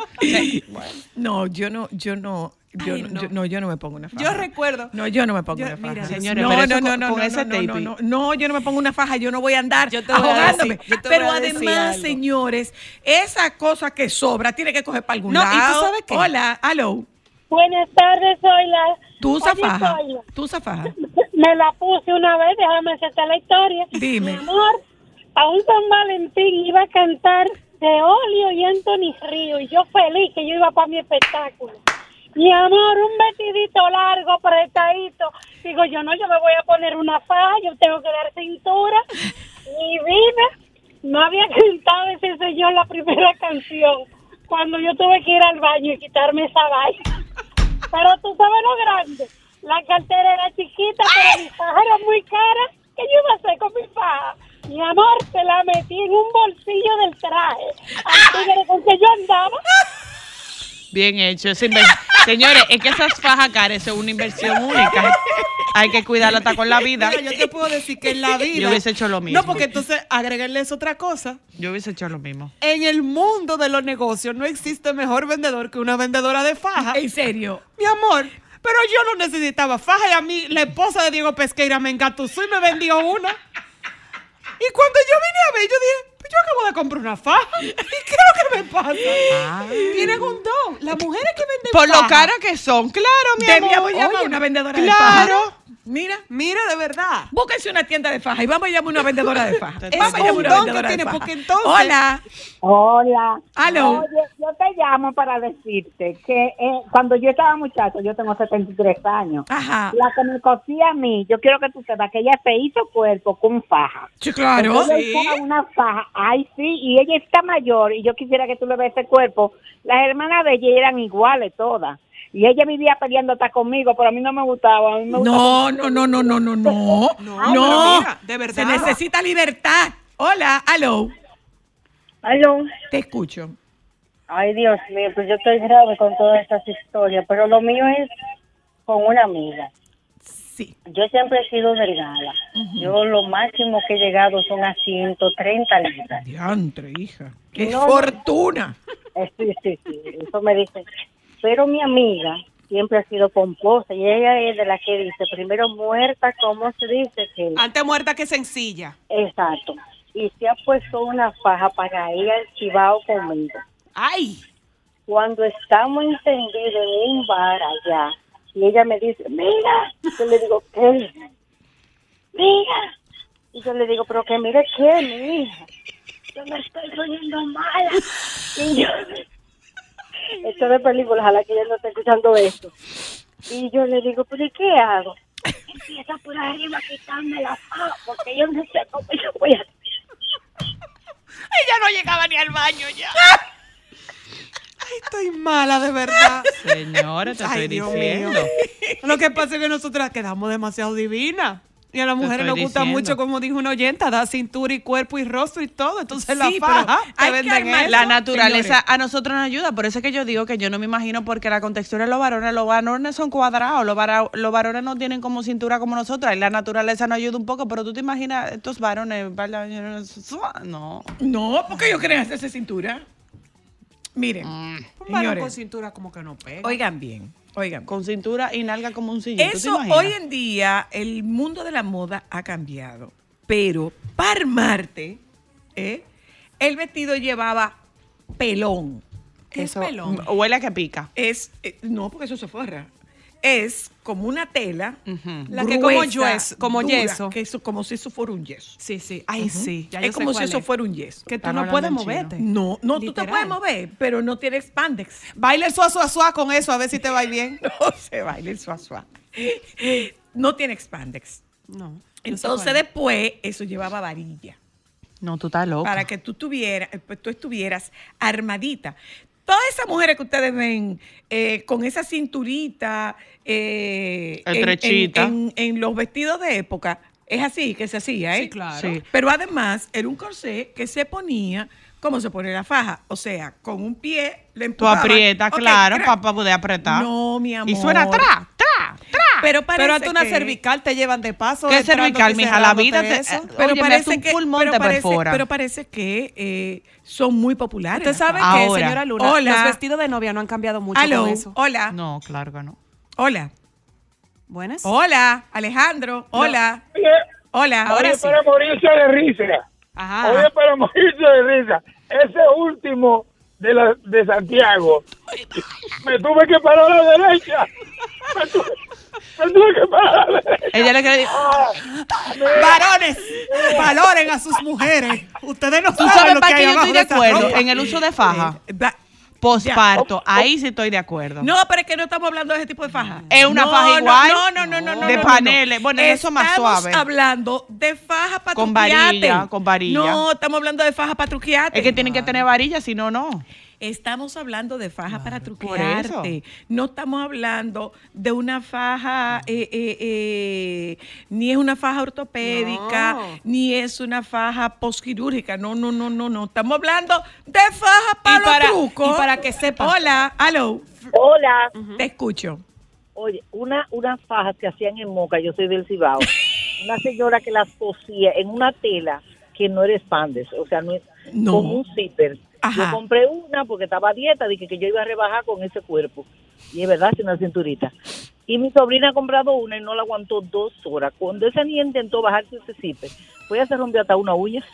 A: No, yo no, yo no, yo,
C: Ay,
A: no.
C: no.
A: yo- no, yo no me pongo una faja.
C: Yo recuerdo.
A: No, yo no me pongo
C: Yo-
A: una faja.
C: mira,
D: Señores,
A: no,
D: pero
A: no,
D: eso
A: no,
D: con-
A: no,
D: con
A: no,
D: ese
A: no, no,
D: tape.
A: no, no, yo no me pongo una faja, yo no voy a andar
C: Yo te voy a
A: ahogándome.
C: decir, yo te
A: pero
C: voy a decir
A: además,
C: algo.
A: señores, esa cosa que sobra tiene que coger para algún
C: No, ¿y tú
A: lado.
C: sabes qué?
A: Hola, aló.
H: Buenas tardes, soy la...
A: Tú usas
H: Oye,
A: faja.
H: Zoila,
A: Tú usas faja.
H: Me la puse una vez, déjame aceptar la historia.
A: Dime.
H: Mi amor, a un San Valentín iba a cantar de Olio y Anthony Río, y yo feliz que yo iba para mi espectáculo. Mi amor, un vestidito largo, apretadito. Digo, yo no, yo me voy a poner una faja, yo tengo que dar cintura. Mi vida, no había cantado ese señor la primera canción. Cuando yo tuve que ir al baño y quitarme esa vaina. Pero tú sabes lo grande. La cartera era chiquita, pero mi faja era muy cara. ¿Qué yo iba a hacer con mi faja? Mi amor, te la metí en un bolsillo del traje. Al tigre con que yo andaba.
D: Bien hecho. esa inver- Señores, es que esas fajas caras son una inversión única. Hay que cuidarla hasta con la vida.
C: Mira, yo te puedo decir que en la vida.
D: Yo hubiese hecho lo mismo.
C: No, porque entonces agregarle es otra cosa.
D: Yo hubiese hecho lo mismo.
C: En el mundo de los negocios no existe mejor vendedor que una vendedora de faja.
A: En serio.
C: Mi amor, pero yo no necesitaba faja y a mí la esposa de Diego Pesqueira me engatusó y me vendió una. Y cuando yo vine a ver, yo dije, "Pues yo acabo de comprar una faja. ¿Y qué es lo que me pasa? Tienen un don. Las mujeres que venden
D: Ah. Por lo
C: faja-
D: cara que son, claro, mi
A: Debíamos
D: amor.
A: llamar a
D: Oye,
A: una vendedora de
D: claro.
A: faja. Mira,
C: Mira, de verdad.
A: búsquense una tienda de faja y vamos a llamar a una vendedora de faja.
D: Es
A: Vamos a
D: un
A: llamar a
C: don que
A: una vendedora de
C: tiene,
A: faja.
C: porque entonces-
A: Hola.
F: Hola.
A: Aló.
F: Oye, yo te llamo para decirte que eh, cuando yo estaba muchacho, yo tengo 73 años.
A: Ajá.
F: La que me cosía a mí, yo quiero que tú sepas que ella se hizo cuerpo con faja.
A: Sí, claro.
F: Entonces, ella usaba una faja, ay sí, y ella está mayor y yo quisiera que tú le veas ese cuerpo. Las hermanas de ella eran iguales todas. Y ella vivía peleando hasta conmigo, pero a mí no me gustaba. A mí me gustaba-
A: No, no, no, no, no, no, no. No,
C: Ah, pero mira, de verdad.
A: Se necesita libertad. Hola, aló.
F: Aló.
A: Te escucho.
F: Ay, Dios mío, pues yo estoy grave con todas estas historias, pero lo mío es con una amiga.
A: Sí.
F: Yo siempre he sido delgada. Yo lo máximo que he llegado son a 130 libras.
A: Diantre, hija. Qué
F: No, no.
A: fortuna.
F: Eh, Sí, sí, sí, eso me dicen. Pero mi amiga siempre ha sido pomposa y ella es de la que dice, primero muerta, ¿cómo se dice? Que
C: Antes muerta que sencilla.
F: Exacto. Y se ha puesto una faja para ir al chivao conmigo.
C: ¡Ay!
F: cuando estamos encendidos en un bar allá, y ella me dice, mira, yo le digo, ¿qué? Mira. Y yo le digo, pero que mire qué, mi hija. Yo me estoy poniendo mala. Y yo, esto de película, ojalá que ella no esté escuchando esto. Y yo le digo, pero ¿y qué hago? Empieza por arriba a quitarme la faja, porque yo no sé cómo yo voy a
D: Ella no llegaba ni al baño ya.
C: Estoy mala, de verdad.
D: Señores, te
C: Ay,
D: estoy
C: Dios
D: diciendo.
C: mío. Lo que pasa es que nosotras quedamos demasiado divinas. Y a las mujeres
D: estoy
C: nos gusta
D: diciendo.
C: mucho, como dijo una oyenta, da cintura y cuerpo y rostro y todo. Entonces la
A: Sí, pero
C: faja te
A: hay que
C: venden
A: armar-
C: eso.
D: La naturaleza
A: señores.
D: a nosotros nos ayuda, por eso es que yo digo que yo no me imagino porque la contextura de los varones, los varones son cuadrados, los, vara- los varones no tienen como cintura como nosotros, y la naturaleza nos ayuda un poco, pero tú te imaginas estos varones, ¿verdad? no.
A: No, porque ellos quieren hacerse cintura. Miren,
C: Un varón con
A: señores,
C: cintura como que no pega.
A: Ah. oigan bien, oigan.
D: Con cintura y nalga como un sillón. ¿tú te
A: Eso
D: imaginas?
A: hoy en día el mundo de la moda ha cambiado, pero para armarte, ¿eh? el vestido llevaba pelón.
C: ¿Qué es pelón?
D: Huele a que pica.
A: Es eh, no porque eso se forra. es como una tela.
C: La que como
A: gruesa,
C: yes- como
A: dura,
C: yeso.
A: que eso- como si eso fuera un yeso.
C: Sí, sí. Ay, sí. ya yo
A: es
C: sé
A: como si
C: cuál
A: eso fuera un yeso.
C: Que tú
D: Están
C: no
D: hablando
C: puedes
D: en chino.
C: moverte.
A: No, no, tú te
C: Literal.
A: puedes mover, pero no tiene spandex.
C: Baila el suá, suá, suá con eso, a ver si te va bien.
A: No se baila el suazua. No tiene spandex.
C: No.
A: Entonces después eso llevaba varilla
D: No, tú estás loca.
A: para que tú tuvieras, eh, pues, tú estuvieras armadita. Todas esas mujeres que ustedes ven eh, con esa cinturita, eh, en- en-
D: Estrechita.
A: en, en los vestidos de época, es así que se hacía, ¿eh?
C: Sí, claro.
D: Sí.
A: Pero además era un corsé que se ponía como se pone la faja, o sea, con un pie le
D: Tú
A: empujaban.
D: aprietas,
A: Ah, Ok,
D: claro,
A: crack.
D: para poder apretar.
A: No, mi amor.
D: Y suena tra, tra, tra.
A: Pero parece
C: Pero hasta una
A: que-
C: cervical te llevan de paso.
D: ¿Qué
C: entrándote y
D: cervical, mija? La
C: cerrándote
D: vida te-
C: eso.
D: eh, Óyeme, hasta un pulmón
A: pero
D: te
A: parece-
D: perfora.
A: pero parece que eh, son muy populares.
C: Usted
A: las
C: sabe
A: fajas.
C: que,
D: Ahora.
C: señora Luna,
A: Hola.
C: los vestidos de novia no han cambiado mucho
A: Aló,
C: con eso.
A: hola,
D: No, claro que no.
A: hola,
C: ¿Buenas?
A: hola, Alejandro, hola, hola.
C: Ahora
A: Ahora
C: sí.
K: para morirse de risa.
C: Ajá.
K: Oye, para morirse de risa. Ese último de, la, de Santiago. Me tuve que parar a la derecha. Me tuve, me tuve que parar a la derecha.
D: Ella le quiere
C: Varones, valoren a sus mujeres. Ustedes no
D: Tú
C: saben,
D: sabes
C: lo que
D: para
C: hay
D: qué Ah, yo
C: abajo
D: estoy de
C: esa
D: acuerdo.
C: ropa.
D: En el uso de faja.
A: eh, da-
D: Posparto. Ahí sí estoy de acuerdo.
A: No, pero es que no estamos hablando de ese tipo de faja.
D: Es una
A: No,
D: faja
A: no,
D: igual.
A: No, no, no, no. no,
D: De
A: no, no.
D: paneles. Bueno, eso más
A: Estamos
D: suave.
A: hablando de faja para
D: Con
A: truquearte.
D: varilla, con varilla.
A: No, estamos hablando de faja para truquearte.
D: Es que tienen que tener varilla, si no, no.
A: Estamos hablando de faja para
D: por eso.
A: truquearte. No estamos hablando de una faja, eh, eh, eh, ni es una faja ortopédica,
C: No.
A: ni es una faja posquirúrgica. No, no, no, no, no. Estamos hablando de faja
C: Y
A: para los
C: para-
A: trucos.
C: y para que sepa.
A: Hola, hello,
F: Hola.
A: te escucho.
F: Oye, una, unas fajas que hacían en Moca, yo soy del Cibao, una señora que las cosía en una tela que no era spandex, o sea, no es
A: No.
F: como un zipper.
A: Ajá.
F: Yo compré una porque estaba a dieta, dije que yo iba a rebajar con ese cuerpo. Y es verdad, tiene una cinturita. Y mi sobrina ha comprado una y no la aguantó dos horas. Cuando esa niña intentó bajarse ese zipper, pues ya se rompió hasta una uña.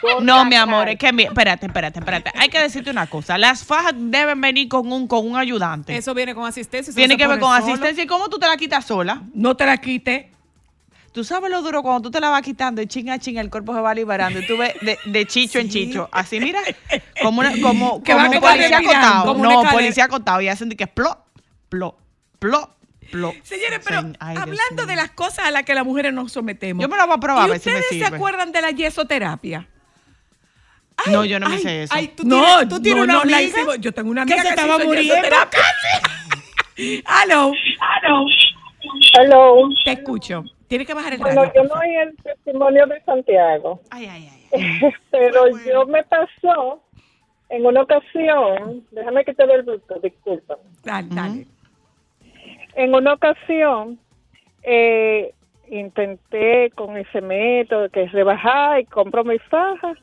F: Por
D: No,
F: la
D: mi amor,
F: cara.
D: es que mi- espérate, espérate, espérate. Hay que decirte una cosa. Las fajas deben venir con un con un ayudante.
C: Eso viene con asistencia. eso
D: Tiene
C: se
D: que ver
C: pone
D: con
C: solo.
D: asistencia. ¿Y cómo tú te la quitas sola?
A: No te la quite.
D: Tú sabes lo duro cuando tú te la vas quitando y chinga a chinga el cuerpo se va liberando y tú ves de, de chicho en chicho. Así mira, como una, como,
A: Que
D: como
A: va- que va
D: policía
A: respirando,
D: acotado.
C: como una
D: no,
C: escalera.
D: policía acotado y hacen de que plop, plop, plop, plop.
A: Señores, pero
D: Señ- ay, Dios
A: hablando
D: mío.
A: de las cosas a las que las mujeres nos sometemos.
D: Yo me la voy a probar,
A: ¿Y
D: a ver si me
A: ustedes se
D: sirve.
A: acuerdan de la yesoterapia?
D: No, yo no me
C: Ay,
D: hice eso.
C: ay, tú tienes, tú tienes una
A: no, la
C: amiga
A: hicimos. yo tengo una
C: que
A: amiga
C: se estaba
A: hizo
C: muriendo.
A: yesoterapia. Aló,
G: Hello.
A: te escucho. Tienes que bajar el radio.
G: Bueno, yo
A: por
G: no
A: favor.
G: oí el testimonio de Santiago,
D: Ay, ay, ay.
G: pero yo me pasó en una ocasión, déjame que te dé el Bluetooth, disculpa.
A: Dale, dale.
G: En una ocasión eh, intenté con ese método que es rebajar y compro mis fajas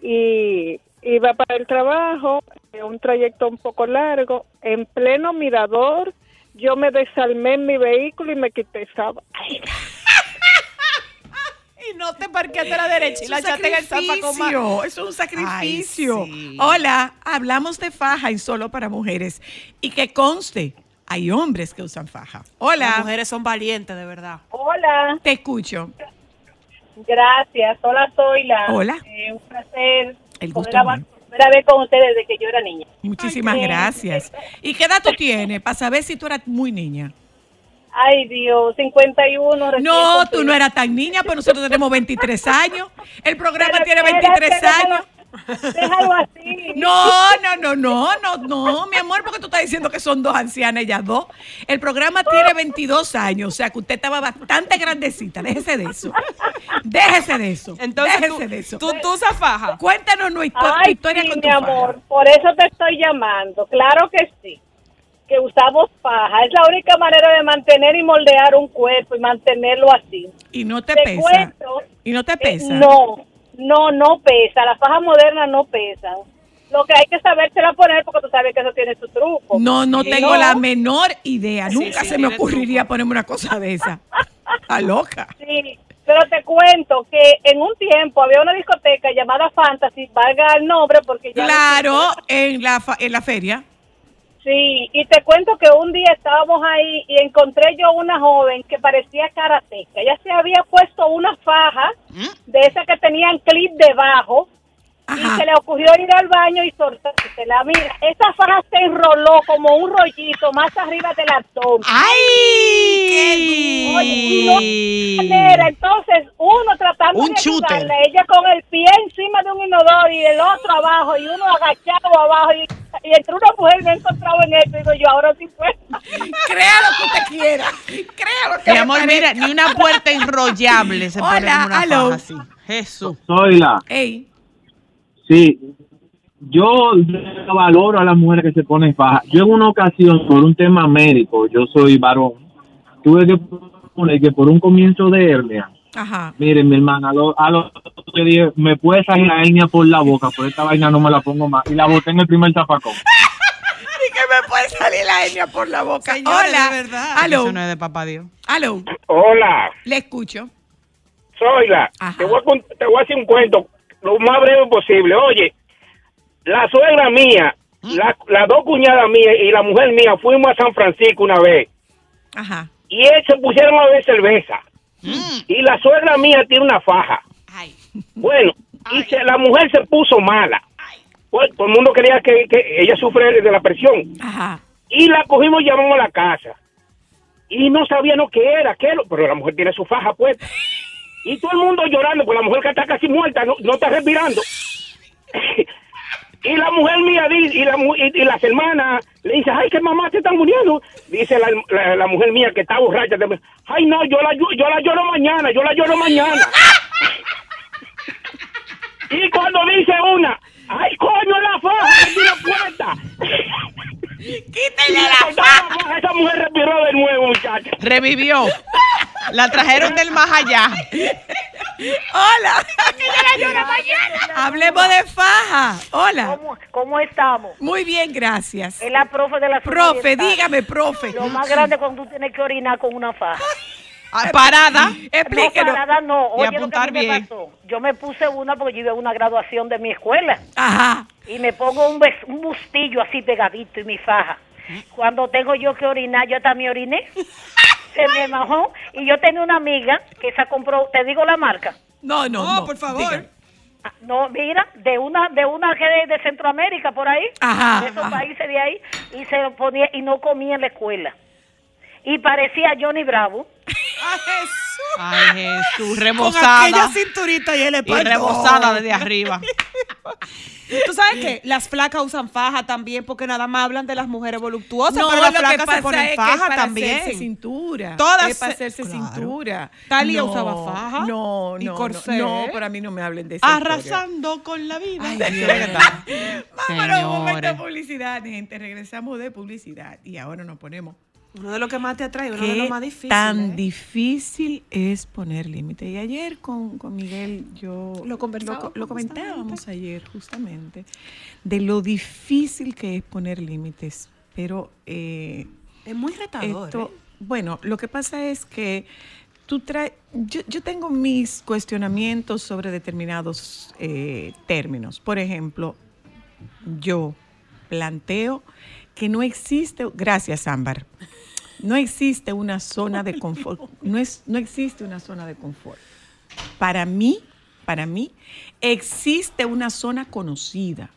G: y iba para el trabajo, eh, un trayecto un poco largo, en pleno mirador yo me desalmé en mi vehículo y me quité esa...
C: Y no te parqueaste a la derecha y la
A: Es un
C: echaste en el zapaco más.
A: sacrificio, es un sacrificio.
D: Ay, sí.
A: Hola, hablamos de faja y solo para mujeres. Y que conste, hay hombres que usan faja.
C: Las
A: Hola,
C: mujeres son valientes, de verdad.
F: Hola,
A: te escucho.
F: gracias. Hola, soy la.
A: Hola.
F: un placer
A: El gusto poder es mío.
F: ver con ustedes desde que yo era niña.
A: Muchísimas
F: Ay, qué-
A: gracias. ¿Y qué edad tú tienes para saber si tú eras muy niña?
F: Ay, Dios, 51 recién
A: No, tú
F: cumplido.
A: no eras tan niña, pero nosotros tenemos 23 años. El programa
F: Pero
A: tiene
F: espérate,
A: 23
F: déjalo-
A: años.
F: Déjalo así.
A: No, no, no, no, no, no, mi amor, porque tú estás diciendo que son dos ancianas, ellas dos. El programa tiene 22 años, o sea que usted estaba bastante grandecita. Déjese de eso. Déjese de eso.
C: Entonces,
A: déjese
C: tú,
A: de eso.
C: tú, tú usas faja.
A: Cuéntanos nu- tu, tu
F: Ay,
A: historia
F: sí,
A: con tu
F: mi amor, por eso te estoy llamando. Claro que sí, que usamos paja. Es la única manera de mantener y moldear un cuerpo y mantenerlo así.
A: faja. Y no te,
F: Te
A: pesa.
F: cuento.
A: Y no te
F: Eh,
A: pesa.
F: no, no, no pesa. Las fajas modernas no pesan. Lo que hay que sabérsela poner porque tú sabes que eso tiene su truco.
A: No, no
F: Sí.
A: tengo
F: No.
A: la menor idea. Nunca
C: sí, pues.
A: se me
C: tiene
A: ocurriría ponerme una cosa de esa. A loca.
F: Sí, pero te cuento que en un tiempo había una discoteca llamada Fantasy, valga el nombre porque ya...
A: Claro, en la, fa- en la feria.
F: Sí, y te cuento que un día estábamos ahí y encontré yo una joven que parecía karateca. Ella se había puesto una faja
D: ¿Mm?
F: de esas que tenían clip debajo y se le ocurrió ir al baño y soltársela. Mira, esa faja se enroló como un rollito más arriba del abdomen.
D: ¡Ay!
F: Oye, y no hay manera. entonces uno tratando
D: Un
F: de
D: shooter.
F: ayudarla, ella con el pie encima de un inodoro y el otro abajo y uno agachado abajo y, y entre una mujer me he encontrado en esto y digo yo ahora sí fue
A: Crea lo que usted quiera. Crea lo que
D: Mi
A: le
D: amor, mira,
A: parezca.
D: ni una puerta enrollable se pone
A: Hola,
D: en una
A: aló.
D: faja así. Jesús.
K: Zoila,
A: Ey,
K: sí. Yo valoro a las mujeres que se ponen faja. Yo en una ocasión, por un tema médico, yo soy varón, tuve que poner que por un comienzo de hernia,
A: ajá.
K: Miren, mi hermana, a los que dije, me puede salir la hernia por la boca, pero esta vaina no me la pongo más. Y la boté en el primer zapacón.
A: que me puede salir la hernia por la boca.
C: Señores,
A: Hola.
C: de verdad.
A: Aló,
D: Eso no es de papá Dios.
A: aló.
K: Hola,
A: Le escucho.
K: Zoila.
A: Ajá.
K: Te voy, a, cont- te voy a hacer un cuento lo más breve posible. Oye, la suegra mía, la- las dos cuñadas mías y la mujer mía fuimos a San Francisco una vez.
A: Ajá.
K: y ellos se pusieron a beber cerveza. Y la suegra mía tiene una faja. Bueno, y se- la mujer se puso mala. Pues, todo el mundo creía que, que ella sufre de la presión.
A: Ajá.
K: Y la cogimos y llamamos a la casa. Y no sabíamos qué era, qué era, pero la mujer tiene su faja puesta. Y todo el mundo llorando, porque la mujer que está casi muerta, no, no está respirando. Y la mujer mía dice, y, la mu- y- y las hermanas le dicen, ay, que mamá te están muriendo. Dice la, la- la mujer mía que está borracha también, ay, no, yo la, llu- yo la lloro mañana, yo la lloro mañana. y cuando dice una, ay, coño, la faja, que tiene puerta. Quítale la faja. Esa mujer respiró de nuevo, muchacha.
D: Revivió. La trajeron del más allá.
A: Hola. Hablemos de faja. Hola.
F: ¿Cómo, cómo estamos?
A: Muy bien, gracias.
F: Es la profe de la
A: Profe,
F: Suroriental.
A: dígame, profe.
F: Lo más grande cuando tú tienes que orinar con una faja.
D: Ah, Parada.
F: No,
A: Explíquenos.
F: parada no.
D: Y
F: Oye, lo que a
D: apuntar
F: mí me
D: bien.
F: pasó. Yo me puse una porque yo iba a una graduación de mi escuela.
A: Ajá.
F: y me pongo un, bes- un bustillo así pegadito y mi faja. Cuando tengo yo que orinar, yo también oriné. Se me majó. Y yo tenía una amiga que esa compró, te digo la marca.
A: No, no, no.
C: No, por favor.
A: dígame.
F: Ah, No, mira, de una de una que de, de Centroamérica por ahí,
A: Ajá,
F: de esos
A: Ah, ajá.
F: países de ahí, y se lo ponía y no comía en la escuela. Y parecía Johnny Bravo.
C: A Jesús.
D: Ay, Jesús,
C: Con aquella
D: rebosada.
C: cinturita y el
D: Y
C: espalda.
D: rebosada desde arriba.
C: ¿Tú sabes qué? Las flacas usan faja también porque nada más hablan de las mujeres voluptuosas,
A: No,
C: pero
A: lo
C: las
A: que
C: flacas
A: pasa
C: se ponen
A: es que es
C: faja
A: para hacerse
C: también.
A: cintura.
C: Todas
A: es para
C: se-
A: hacerse
C: claro.
A: cintura.
C: Talia
A: No,
C: usaba faja.
A: No, no.
C: Y
A: no,
C: corsé.
A: No, para mí no me hablen de eso.
D: Arrasando con la vida. Ay,
A: Vámonos, un momento de
D: Señores.
A: publicidad, gente. Regresamos de publicidad y ahora nos ponemos.
C: Uno de los que más te atrae, uno de
A: Qué
C: los más difíciles. ¿eh?
A: tan difícil es poner límite. Y ayer con, con Miguel yo
C: Lo conversábamos
A: lo, lo comentábamos ayer justamente de lo difícil que es poner límites. Pero eh,
C: Es muy retador.
A: esto,
C: ¿eh?
A: bueno, lo que pasa es que tú traes, yo, yo tengo mis cuestionamientos sobre determinados eh, términos. Por ejemplo, yo planteo que no existe, gracias Ámbar, no existe una zona de confort, no, es, no existe una zona de confort. Para mí, para mí, existe una zona conocida.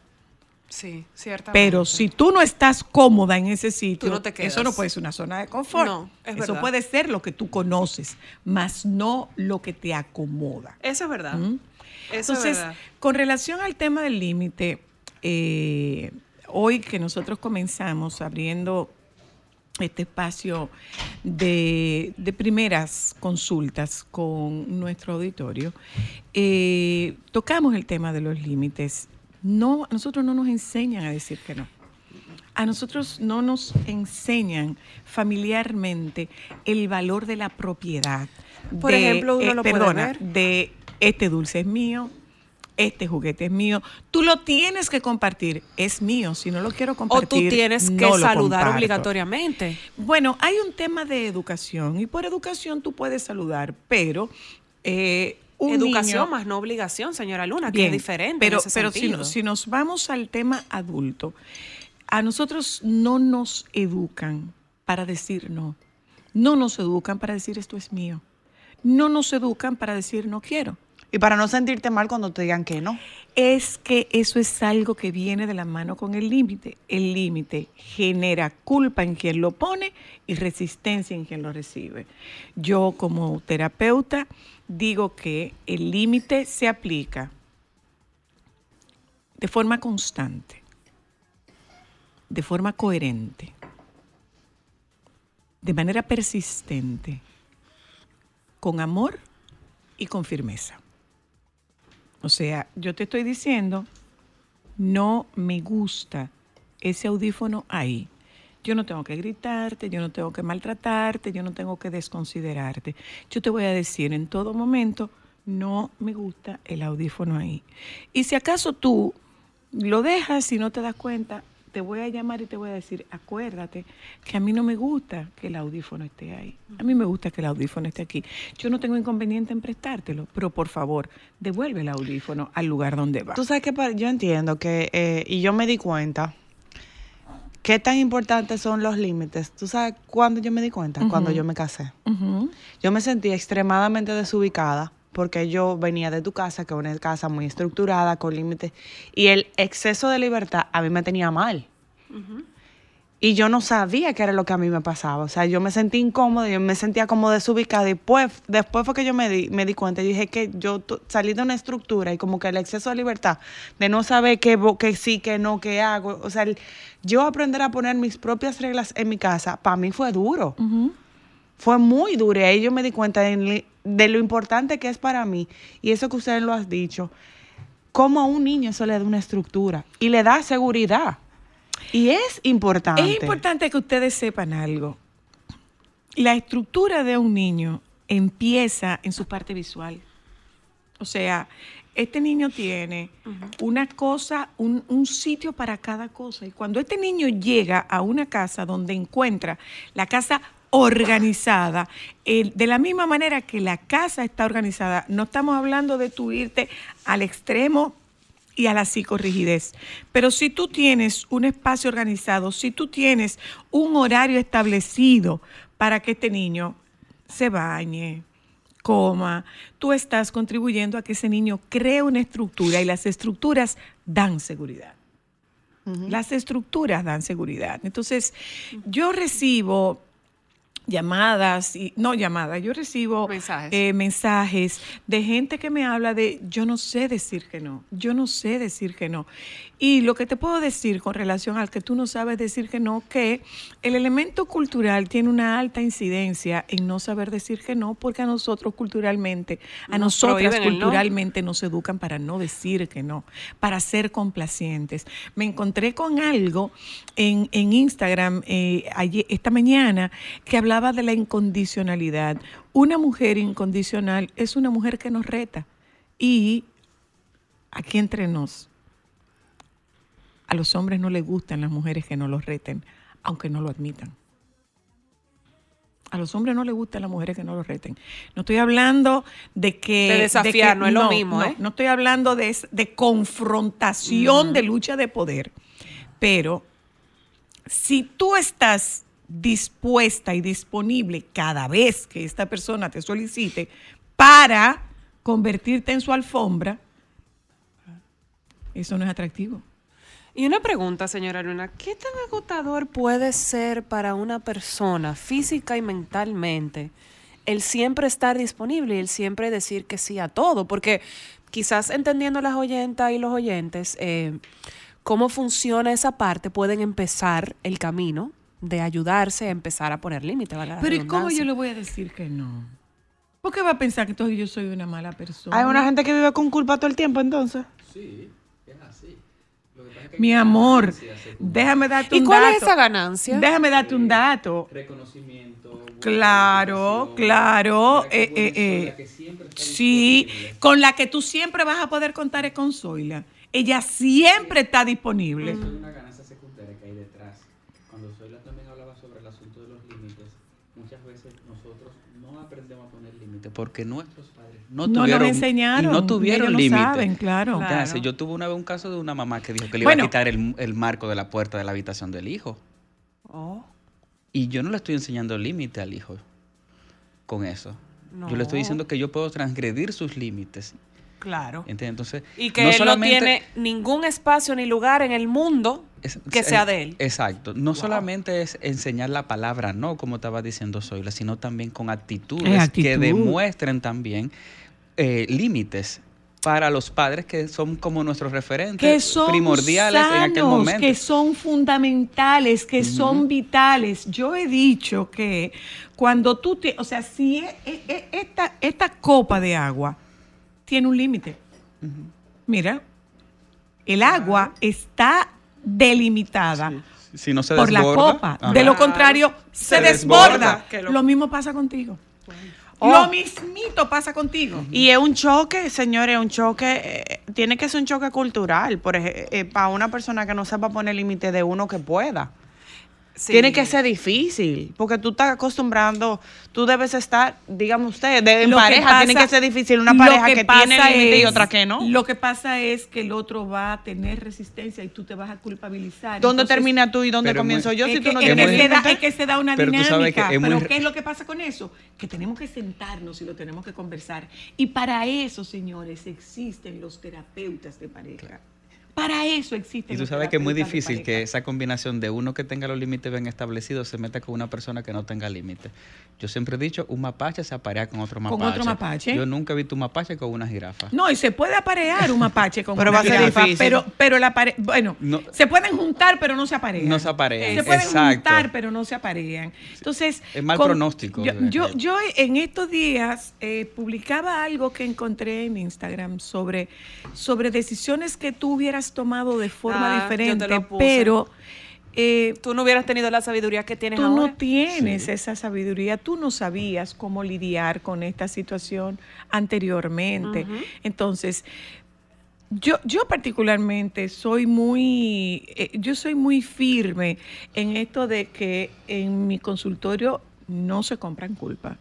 L: Sí, ciertamente.
A: Pero si tú no estás cómoda en ese sitio,
L: no te quedas.
A: eso no puede ser una zona de confort.
L: No, es
A: eso
L: verdad.
A: puede ser lo que tú conoces, más no lo que te acomoda.
L: Eso es verdad.
A: ¿Mm?
L: Eso
A: Entonces,
L: es verdad.
A: con relación al tema del límite, eh, hoy que nosotros comenzamos abriendo este espacio de, de primeras consultas con nuestro auditorio, eh, tocamos el tema de los límites. No, a nosotros no nos enseñan a decir que no. A nosotros no nos enseñan familiarmente el valor de la propiedad.
L: Por
A: de, eh,
L: ejemplo, uno lo puede
A: perdona,
L: ver.
A: de este dulce es mío, este juguete es mío. Tú lo tienes que compartir, es mío. Si no lo quiero
L: O
A: compartir,
L: tú tienes que
A: no lo
L: saludar
A: comparto.
L: obligatoriamente.
A: Bueno, hay un tema de educación y por educación tú puedes saludar, pero eh, un
L: Educación
A: niño-
L: más no obligación, señora Luna, que
A: Bien,
L: es diferente. en
A: Pero,
L: ese
A: pero si, no-
L: sentido.
A: si nos vamos al tema adulto, a nosotros no nos educan para decir no. No nos educan para decir esto es mío. No nos educan para decir no quiero.
D: Y para no sentirte mal cuando te digan que no.
A: Es que eso es algo que viene de la mano con el límite. El límite genera culpa en quien lo pone y resistencia en quien lo recibe. Yo como terapeuta digo que el límite se aplica de forma constante, de forma coherente, de manera persistente, con amor y con firmeza. O sea, yo te estoy diciendo, no me gusta ese audífono ahí. Yo no tengo que gritarte, yo no tengo que maltratarte, yo no tengo que desconsiderarte. Yo te voy a decir en todo momento, no me gusta el audífono ahí. Y si acaso tú lo dejas y no te das cuenta, te voy a llamar y te voy a decir, acuérdate que a mí no me gusta que el audífono esté ahí. A mí me gusta que el audífono esté aquí. Yo no tengo inconveniente en prestártelo, pero por favor, devuelve el audífono al lugar donde va.
D: Tú sabes que para- yo entiendo que, eh, y yo me di cuenta, qué tan importantes son los límites. Tú sabes cuándo yo me di cuenta, cuando
A: Ujú.
D: yo me casé.
A: Ujú.
D: Yo me sentía extremadamente desubicada porque yo venía de tu casa, que es una casa muy estructurada, con límites, y el exceso de libertad a mí me tenía mal. Y yo no sabía qué era lo que a mí me pasaba. O sea, yo me sentí incómoda, yo me sentía como desubicada. Y pues, después fue que yo me di, me di cuenta. Yo dije que yo tu- salí de una estructura y como que el exceso de libertad, de no saber qué, vo- qué sí, qué no, qué hago. O sea, el- yo aprender a poner mis propias reglas en mi casa, para mí fue duro fue muy duro. Y ahí yo me di cuenta de, li- de lo importante que es para mí. Y eso que ustedes lo han dicho. Como a un niño eso le da una estructura y le da seguridad. Y es importante.
A: Es importante que ustedes sepan algo. La estructura de un niño empieza en su parte visual. O sea, este niño tiene una cosa, un, un sitio para cada cosa. Y cuando este niño llega a una casa donde encuentra la casa organizada, el- de la misma manera que la casa está organizada, no estamos hablando de tu irte al extremo y a la psicorrigidez. Pero si tú tienes un espacio organizado, si tú tienes un horario establecido para que este niño se bañe, coma, tú estás contribuyendo a que ese niño cree una estructura y las estructuras dan seguridad. Las estructuras dan seguridad. Entonces, yo recibo llamadas, y, no llamadas, yo recibo
L: Mensajes.
A: eh, mensajes de gente que me habla de yo no sé decir que no, yo no sé decir que no. Y lo que te puedo decir con relación al que tú no sabes decir que no, que el elemento cultural tiene una alta incidencia en no saber decir que no, porque a nosotros culturalmente, a
L: Nos
A: nosotras
L: prohíben el no.
A: culturalmente, realmente nos educan para no decir que no, para ser complacientes. Me encontré con algo en, en Instagram eh, ayer- esta mañana que hablaba de la incondicionalidad. Una mujer incondicional es una mujer que nos reta. Y aquí entre nos, a los hombres no les gustan las mujeres que no los reten, aunque no lo admitan. A los hombres no les gustan las mujeres que no los reten. No estoy hablando de que...
L: De desafiar, no es lo mismo,
A: no,
L: ¿eh?
A: no estoy hablando de, es- de confrontación, de lucha de poder. Pero si tú estás dispuesta y disponible cada vez que esta persona te solicite para convertirte en su alfombra, eso no es atractivo.
L: Y una pregunta, señora Luna, ¿qué tan agotador puede ser para una persona física y mentalmente el siempre estar disponible y el siempre decir que sí a todo? Porque quizás entendiendo las oyentas y los oyentes, eh, cómo funciona esa parte, pueden empezar el camino de ayudarse a empezar a poner límites. ¿vale?
A: Pero ¿y cómo yo le voy a decir que no? ¿Por qué va a pensar que entonces yo soy una mala persona?
D: Hay una gente que vive con culpa todo el tiempo entonces.
A: Mi amor, déjame darte
L: ¿Y
A: un
L: cuál
A: dato.
L: es esa ganancia?
A: Déjame darte un dato.
M: Reconocimiento.
A: Claro, claro. eh, eh, eh. Sí, con la que tú siempre vas a poder contar es con Zoila. Ella siempre está disponible.
M: Eso es una ganancia secundaria que hay detrás. Cuando Zoila también hablaba sobre el asunto de los límites, muchas muchas veces nosotros no aprendemos a poner límites porque nuestros padres no,
A: No nos
M: tuvieron
A: enseñaron,
M: y no tuvieron
A: ellos no
M: límites.
A: saben, claro.
M: Entonces,
A: Claro.
M: yo tuve una vez un caso de una mamá que dijo que le
A: Bueno.
M: iba a quitar el, el marco de la puerta de la habitación del hijo.
L: Oh.
M: Y yo no le estoy enseñando límite al hijo con eso. Yo le estoy
L: No.
M: diciendo que yo puedo transgredir sus límites.
L: Claro.
M: ¿entiendes? Entonces,
L: Y que
M: no
L: él no
M: solamente-
L: tiene ningún espacio ni lugar en el mundo
M: Es-
L: que
M: es-
L: sea de él.
M: Exacto. No solamente es enseñar la palabra no, como estaba diciendo Zoila, sino también con actitudes
C: Es actitud.
M: que demuestren también eh, límites para los padres que son como nuestros referentes
A: que son
M: primordiales en aquel
A: sanos,
M: momento.
A: que son fundamentales, que son vitales. Yo he dicho que cuando tú te, o sea, si e- e- e- esta, esta copa de agua tiene un límite, mira, el agua está delimitada
M: si no se
A: por la
M: desborda,
A: copa.
M: ajá.
A: De lo contrario, se,
M: Se
A: desborda.
M: desborda.
A: Lo... mismo pasa contigo.
D: Oh.
A: Lo mismito pasa contigo.
D: Y es un choque, señores, un choque, eh, tiene que ser un choque cultural, por eh, para una persona que no sepa poner límite de uno que pueda.
L: Sí.
D: Tiene que ser difícil, porque tú estás acostumbrando, tú debes estar, dígame usted, de, en
A: Lo que
D: pareja, tiene
A: pasa-
D: que ser difícil una
A: lo
D: pareja que, tiene
A: pasa
D: límite y
A: es-
D: otra que no.
A: Lo que pasa es que el otro va a tener resistencia y tú te vas a culpabilizar.
D: ¿Dónde
A: Entonces,
D: termina tú y dónde
M: Pero es
D: comienzo
M: muy-
D: yo
A: es
D: si
A: que-
D: tú no
A: es que
D: tienes
A: se da-
D: límite?
A: es que se da una
M: Pero tú sabes
A: dinámica.
M: que es muy
A: pero
M: re-
A: ¿qué es lo que pasa con eso? Que tenemos que sentarnos y lo tenemos que conversar. Y para eso, señores, existen los terapeutas de pareja. Para eso existen
M: Y tú
A: los
M: sabes que es muy
A: terapeutas de
M: difícil
A: pareja.
M: que esa combinación de uno que tenga los límites bien establecidos se meta con una persona que no tenga límites. Yo siempre he dicho, un mapache se aparea con otro mapache.
A: otro mapache.
M: Yo nunca he visto un mapache con una jirafa.
A: No, y se puede aparear un mapache con
D: Pero
A: una
D: va a ser
A: jirafa,
D: difícil.
A: Pero, pero la pare- bueno,
M: No.
A: se pueden juntar, pero no se aparean.
M: No se aparean,
A: Se pueden
M: exacto.
A: juntar, pero no se aparean. Entonces.
M: Es mal pronóstico.
A: Yo, yo, yo en estos días eh, publicaba algo que encontré en Instagram sobre, sobre decisiones que tú hubieras tomado de forma
L: Ah, yo te lo
A: diferente,
L: puse.
A: pero. eh,
L: Tú no hubieras tenido la sabiduría que tienes
A: Tú
L: ahora.
A: no tienes esa sabiduría, tú no sabías cómo lidiar con esta situación anteriormente.
L: Ujú.
A: Entonces, yo, yo particularmente soy muy, eh, yo soy muy firme en esto de que en mi consultorio no se compran culpa.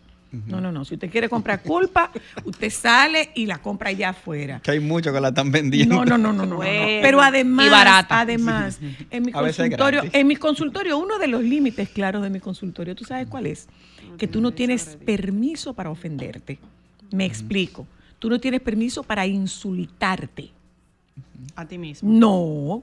A: No, no, no. Si usted quiere comprar culpa, usted sale y la compra allá afuera.
M: Que hay muchos que la están vendiendo.
A: No, no, no, no, no, no.
L: Bueno,
A: Pero además,
L: y barata.
A: además, en mi
M: A veces
A: consultorio,
M: gratis.
A: en mi consultorio, uno de los límites claros de mi consultorio, ¿tú sabes cuál es? Que tú no tienes permiso para ofenderte. Me explico. Tú no tienes permiso para insultarte.
D: A ti mismo.
A: No.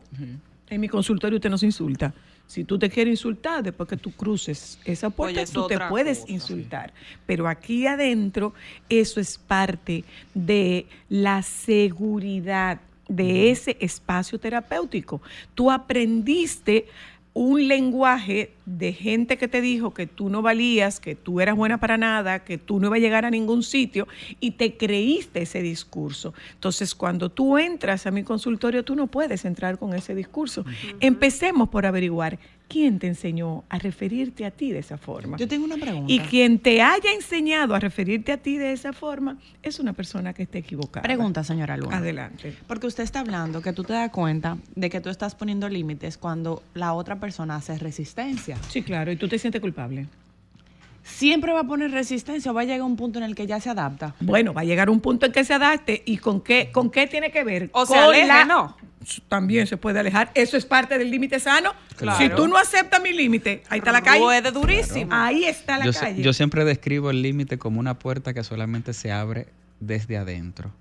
A: En mi consultorio usted no se insulta. Si tú te quieres insultar, después que tú cruces esa puerta,
L: Oye, es
A: tú te
L: otra
A: puedes
L: cosa, sí.
A: insultar. Pero aquí adentro, eso es parte de la seguridad de ese espacio terapéutico. Tú aprendiste un lenguaje de gente que te dijo que tú no valías, que tú eras buena para nada, que tú no ibas a llegar a ningún sitio y te creíste ese discurso. Entonces, cuando tú entras a mi consultorio, tú no puedes entrar con ese discurso. Empecemos por averiguar quién te enseñó a referirte a ti de esa forma.
D: Yo tengo una pregunta.
A: Y quien te haya enseñado a referirte a ti de esa forma es una persona que esté equivocada.
D: Pregunta, señora Luna.
A: Adelante.
D: Porque usted está hablando que tú te das cuenta de que tú estás poniendo límites cuando la otra persona hace resistencia.
A: Sí, claro, y tú te sientes culpable.
D: Siempre va a poner resistencia o va a llegar un punto en el que ya se adapta.
A: Bueno, va a llegar un punto en que se adapte y con qué, con qué tiene que ver.
L: O se
A: Con
L: aleje,
A: la-
L: ¿no?
A: También se puede alejar. Eso es parte del límite sano.
M: Claro.
A: Si tú no aceptas mi límite, ahí está la calle.
L: Ruede durísimo.
A: Ahí está la
M: yo, se-
A: calle.
M: yo siempre describo el límite como una puerta que solamente se abre desde adentro.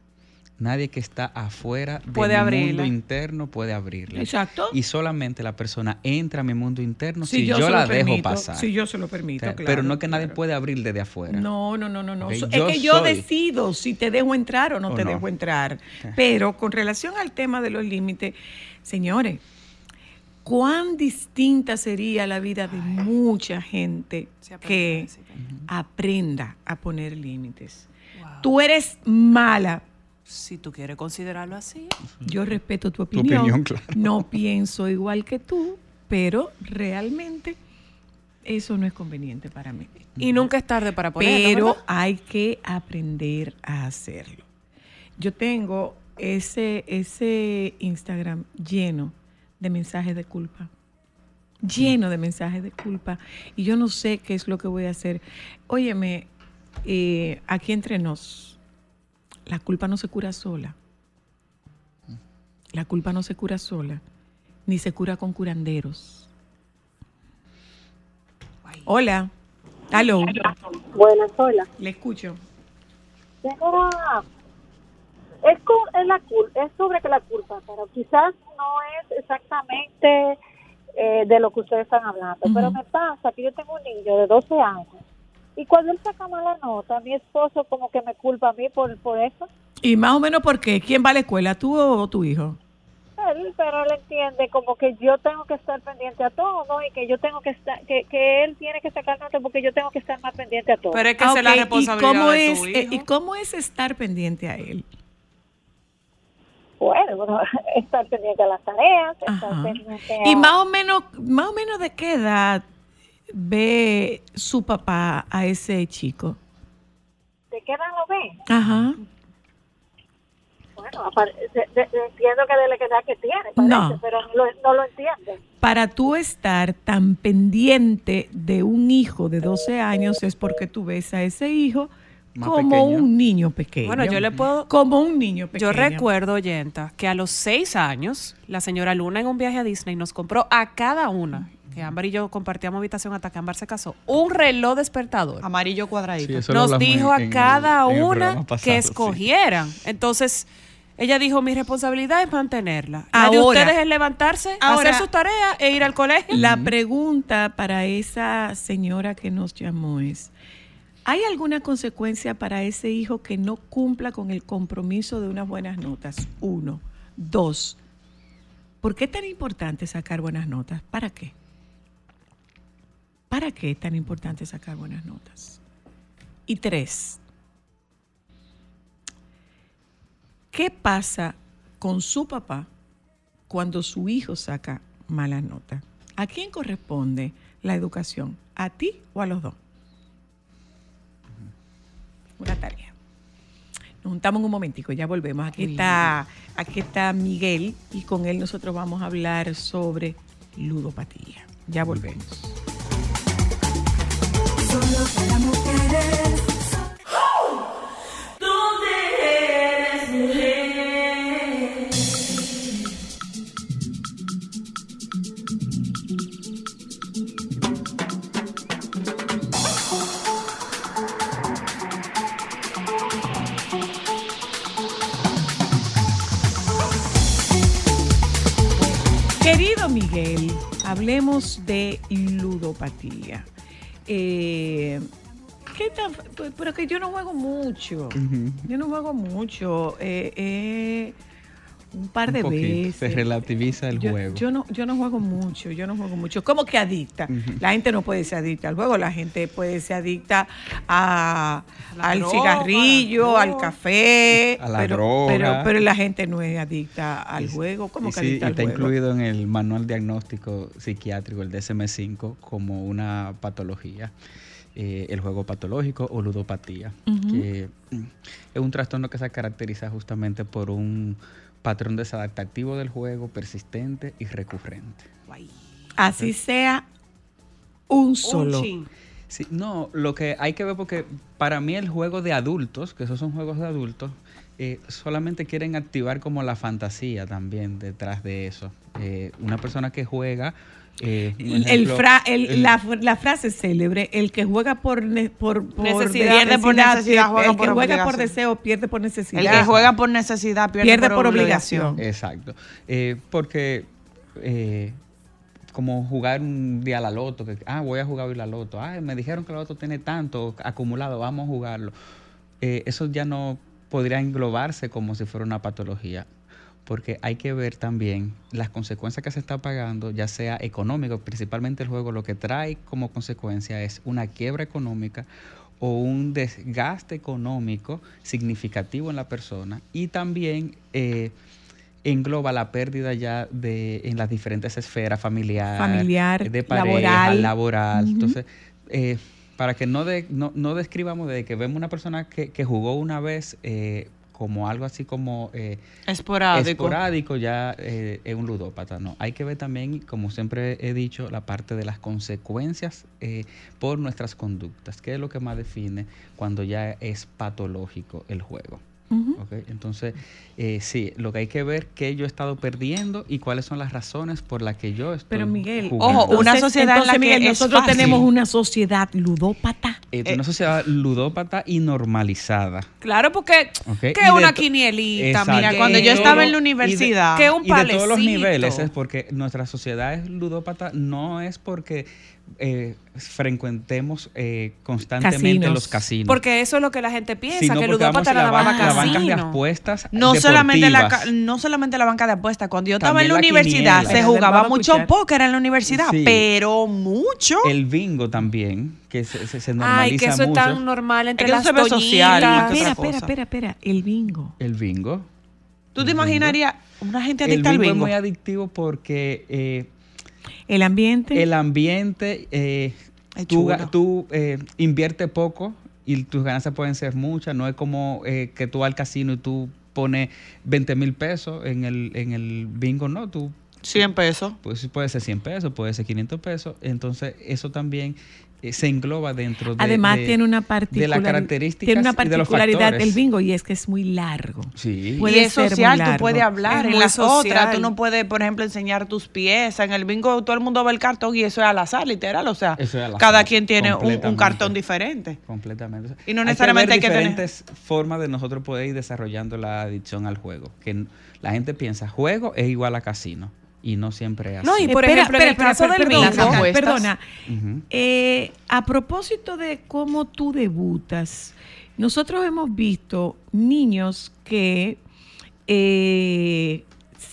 M: Nadie que está afuera de
L: Puede
M: mi mundo
L: abrirla.
M: interno puede abrirla.
A: Exacto.
M: Y solamente la persona entra a mi mundo interno si,
A: si
M: yo,
A: se lo
M: la dejo
A: permito,
M: pasar.
A: Si yo se lo
M: O
A: permito,
M: sea,
A: claro.
M: pero no que nadie
A: claro.
M: puede abrir desde afuera.
A: No, no, no, no, no.
M: Ok,
A: So-
M: yo
A: es que yo
M: soy.
A: decido si te dejo entrar o no
M: O
A: te
M: no. Ah.
A: dejo entrar. Pero con relación al tema de los límites, señores, cuán distinta sería la vida de mucha gente
L: Sí,
A: que
L: aprendí, sí,
A: aprenda a poner límites.
L: Wow.
A: Tú eres mala.
L: Si tú quieres considerarlo así.
A: Yo respeto tu opinión.
M: opinión, claro.
A: No pienso igual que tú, pero realmente eso no es conveniente para mí
L: Y nunca es tarde para ponerlo.
A: pero
L: ¿verdad?
A: hay que aprender a hacerlo. Yo tengo ese, ese Instagram lleno de mensajes de culpa. lleno de mensajes de culpa y yo no sé qué es lo que voy a hacer. Óyeme, eh, aquí entre nos, la culpa no se cura sola. La culpa no se cura sola, ni se cura con curanderos. Hola. Aló.
F: Buenas, hola.
A: Le escucho.
F: Señora, es, cu- es la cul- es sobre que la culpa, pero quizás no es exactamente eh, de lo que ustedes están hablando. Pero me pasa que yo tengo un niño de 12 años y cuando él saca mala nota, mi esposo como que me culpa a mí por, por eso.
A: Y más o menos porque, ¿quién va a la escuela, tú o tu hijo?
F: Él, pero él entiende como que yo tengo que estar pendiente a todo, ¿no? Y que yo tengo que estar, que, que él tiene que sacar nota porque yo tengo que estar más pendiente a todo.
L: Pero es que
A: Ah,
L: esa es la
A: ok, ¿y
L: responsabilidad
A: cómo
L: de
A: es,
L: tu
A: eh,
L: hijo.
A: ¿Y cómo es estar pendiente a él?
F: Bueno, bueno, estar pendiente a las tareas, estar
A: Ajá.
F: pendiente a...
A: Y más o menos, más o menos de qué edad ve su papá a ese chico.
F: ¿De qué edad lo ve?
A: Ajá.
F: Bueno, apar- de- de- de- entiendo que de la edad que tiene, parece,
A: No.
F: pero no lo, no lo entiende.
A: Para tú estar tan pendiente de un hijo de 12 años es porque tú ves a ese hijo
M: Más
A: como
M: pequeño.
A: un niño pequeño.
L: Bueno, yo le puedo...
A: Como un niño pequeño.
L: Yo recuerdo, Yenta, que a los seis años, la señora Luna en un viaje a Disney nos compró a cada una, que Ámbar y yo compartíamos habitación hasta que Ámbar se casó, un reloj despertador.
D: Amarillo cuadradito.
M: Sí, eso lo
L: nos
M: hablamos
L: dijo
M: en- en
L: a cada
M: el- en el
L: una
M: programa pasado,
L: que
M: sí.
L: escogieran. Entonces, ella dijo, mi responsabilidad es mantenerla. La de
A: Ahora.
L: ustedes es levantarse,
C: Ahora.
L: hacer su tarea e ir al colegio.
A: La pregunta para esa señora que nos llamó es, ¿hay alguna consecuencia para ese hijo que no cumpla con el compromiso de unas buenas notas? Uno. Dos. ¿Por qué es tan importante sacar buenas notas? ¿Para qué? ¿Para qué es tan importante sacar buenas notas? Y tres. ¿Qué pasa con su papá cuando su hijo saca malas notas? ¿A quién corresponde la educación? ¿A ti o a los dos? Una tarea. Nos juntamos en un momentico, ya volvemos. Aquí está, aquí está Miguel y con él nosotros vamos a hablar sobre ludopatía. Ya volvemos. Querido Miguel, hablemos de ludopatía. Eh, ¿Qué tan, p- pero que yo no juego mucho. Yo no juego mucho. Eh, eh, un par de
M: Un poquito.
A: veces.
M: Se relativiza el
A: yo,
M: juego.
A: yo no, yo no juego mucho, yo no juego mucho. ¿Cómo que adicta? La gente no puede ser adicta al juego, la gente puede ser adicta a,
D: La
A: al
D: droga,
A: cigarrillo,
D: la
A: al
D: droga.
A: café.
M: A la
A: pero,
M: droga.
A: Pero, pero la gente no es adicta al
M: Y-
A: juego. ¿Cómo
M: y
A: que
M: sí,
A: adicta
M: y
A: al
M: está
A: juego?
M: incluido en el manual diagnóstico psiquiátrico, el DSM-5, como una patología. eh, el juego patológico o ludopatía,
A: Ujú.
M: que mm, es un trastorno que se caracteriza justamente por un patrón desadaptativo del juego persistente y recurrente.
A: Así sea un
L: Un
A: solo.
L: chin.
M: Sí, no, lo que hay que ver porque para mí el juego de adultos, que esos son juegos de adultos, eh, solamente quieren activar como la fantasía también detrás de eso. Eh, una persona que juega... eh, un
A: El
M: ejemplo,
A: fra- el-
M: el-
A: la, la frase célebre, el que juega por, ne- por, por
D: Necesidad. Pierde por necesidad, juega
A: el que
D: por
A: juega por
D: obligación.
A: deseo pierde por necesidad.
D: El que juega por necesidad pierde,
A: Pierde
D: por,
A: por
D: obligación.
A: obligación.
M: Exacto. Eh, porque eh, como jugar un día a la loto, que ah, voy a jugar hoy la loto, ah, me dijeron que la loto tiene tanto acumulado, vamos a jugarlo. Eh, eso ya no podría englobarse como si fuera una patología. Porque hay que ver también las consecuencias que se está pagando, ya sea económico, principalmente el juego, lo que trae como consecuencia es una quiebra económica o un desgaste económico significativo en la persona y también eh, engloba la pérdida ya de en las diferentes esferas familiar,
A: Familiar,
M: eh, de pareja,
A: laboral.
M: laboral. Entonces, eh, para que no, de- no, no describamos de que vemos una persona que, que jugó una vez eh, como algo así como eh,
D: Esporádico.
M: esporádico, ya eh, es un ludópata. No, hay que ver también, como siempre he dicho, la parte de las consecuencias eh, por nuestras conductas, que es lo que más define cuando ya es patológico el juego. ¿ok? Entonces, eh, sí, lo que hay que ver que yo he estado perdiendo y cuáles son las razones por las que yo estoy
A: Pero Miguel,
M: jugando.
A: entonces, Miguel, nosotros tenemos una sociedad ludópata.
M: Eh, una sociedad ludópata y normalizada.
L: Claro, porque
M: Ok, y
L: que
M: de
L: una
M: to-
L: quinielita,
M: Exacto.
L: mira,
M: Y
L: cuando
M: de
L: yo estaba
M: todo-
L: en la
M: y de-
L: universidad, que un
M: y de todos
L: palecito.
M: los niveles, es porque nuestra sociedad es ludópata, no es porque eh, frecuentemos eh, constantemente
L: Casinos.
M: los casinos.
L: Porque eso es lo que la gente piensa,
M: Sino
L: que
M: porque vamos
L: ludópata
M: a
L: era la
M: la
L: banca
M: banca- la banca de
L: casino.
M: apuestas
D: No solamente, la, ca-
M: deportivas.
D: no solamente la banca de apuestas. Cuando yo estaba
M: También
D: en la,
M: la
D: universidad,
M: quiniela.
D: se
M: Pero
D: jugaba
M: vamos a
D: mucho
M: escuchar.
D: póker en la universidad,
M: Sí.
D: pero mucho.
M: El bingo también, que se, se- se normaliza
L: Ay, que eso es
M: mucho.
L: tan normal entre
D: que eso
L: las
D: se ve
L: doñitas.
D: social más que
A: Espera,
D: otra
A: espera,
D: cosa.
A: espera, espera. El bingo.
M: El bingo.
D: ¿Tú te imaginarías una gente
M: El
D: adicta
M: bingo,
D: al
M: es
D: bingo?
M: muy adictivo porque eh,
A: El ambiente.
M: el ambiente, eh,
D: Es
M: tú,
D: chulo.
M: ga- tú eh, inviertes poco y tus ganancias pueden ser muchas. No es como eh, que tú vas al casino y tú pones 20 mil pesos en el, en el bingo, no. Tú
D: 100 pesos.
M: pues, puede ser 100 pesos, puede ser 500 pesos. Entonces, eso también eh, se engloba dentro de.
A: Además
M: de-
A: tiene una
M: de las
A: particularidad.
M: características
A: tiene una
M: y de los
A: particularidad
M: factores.
A: el bingo y es que es muy largo.
M: Sí.
A: Puede
D: y es
A: ser muy
D: social, tú
A: largo.
D: puedes
L: Es
D: hablar. En
L: muy
D: las otras,
L: social.
D: tú no puedes, por ejemplo, enseñar tus piezas. En el bingo todo el mundo ve el cartón y eso es al azar, literal. O sea,
M: Eso es al azar,
D: cada quien tiene un- un,
M: completamente.
D: cartón diferente.
M: Completamente. O sea,
D: Y no necesariamente hay que
M: ver
D: tener-
M: diferentes formas de nosotros poder ir desarrollando la adicción al juego. Que n- la gente piensa, juego es igual a casino. Y no siempre es así.
L: No,
A: Eh,
L: y por ejemplo, en el caso del
A: perdona,
L: bingo,
A: perdona,
D: las
A: perdona.
M: Ujú.
A: Eh, a propósito de cómo tú debutas, nosotros hemos visto niños que eh,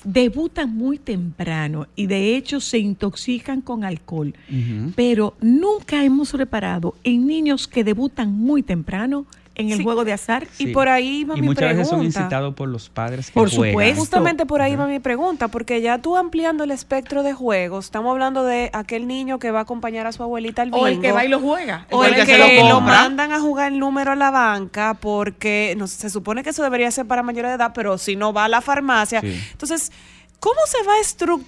A: debutan muy temprano y de hecho se intoxican con alcohol,
M: Ujú.
A: pero nunca hemos reparado en niños que debutan muy temprano en el
L: Sí.
A: juego de azar.
L: Y
M: Sí.
L: por ahí va
M: Y
L: mi
M: muchas veces son
L: pregunta.
M: incitados por los padres que
A: Por
M: juegan.
A: supuesto.
L: Justamente por ahí va mi pregunta, porque ya tú ampliando el espectro de juegos, estamos hablando de aquel niño que va a acompañar a su abuelita al bingo.
A: lo juega.
L: O
D: O
L: el,
D: el que
L: que,
D: se lo
L: lo,
D: compra.
L: mandan a jugar el número a la banca porque no, sé, se supone que eso debería ser para mayor de edad, pero si no va a la farmacia.
M: Sí.
L: Entonces, ¿cómo se va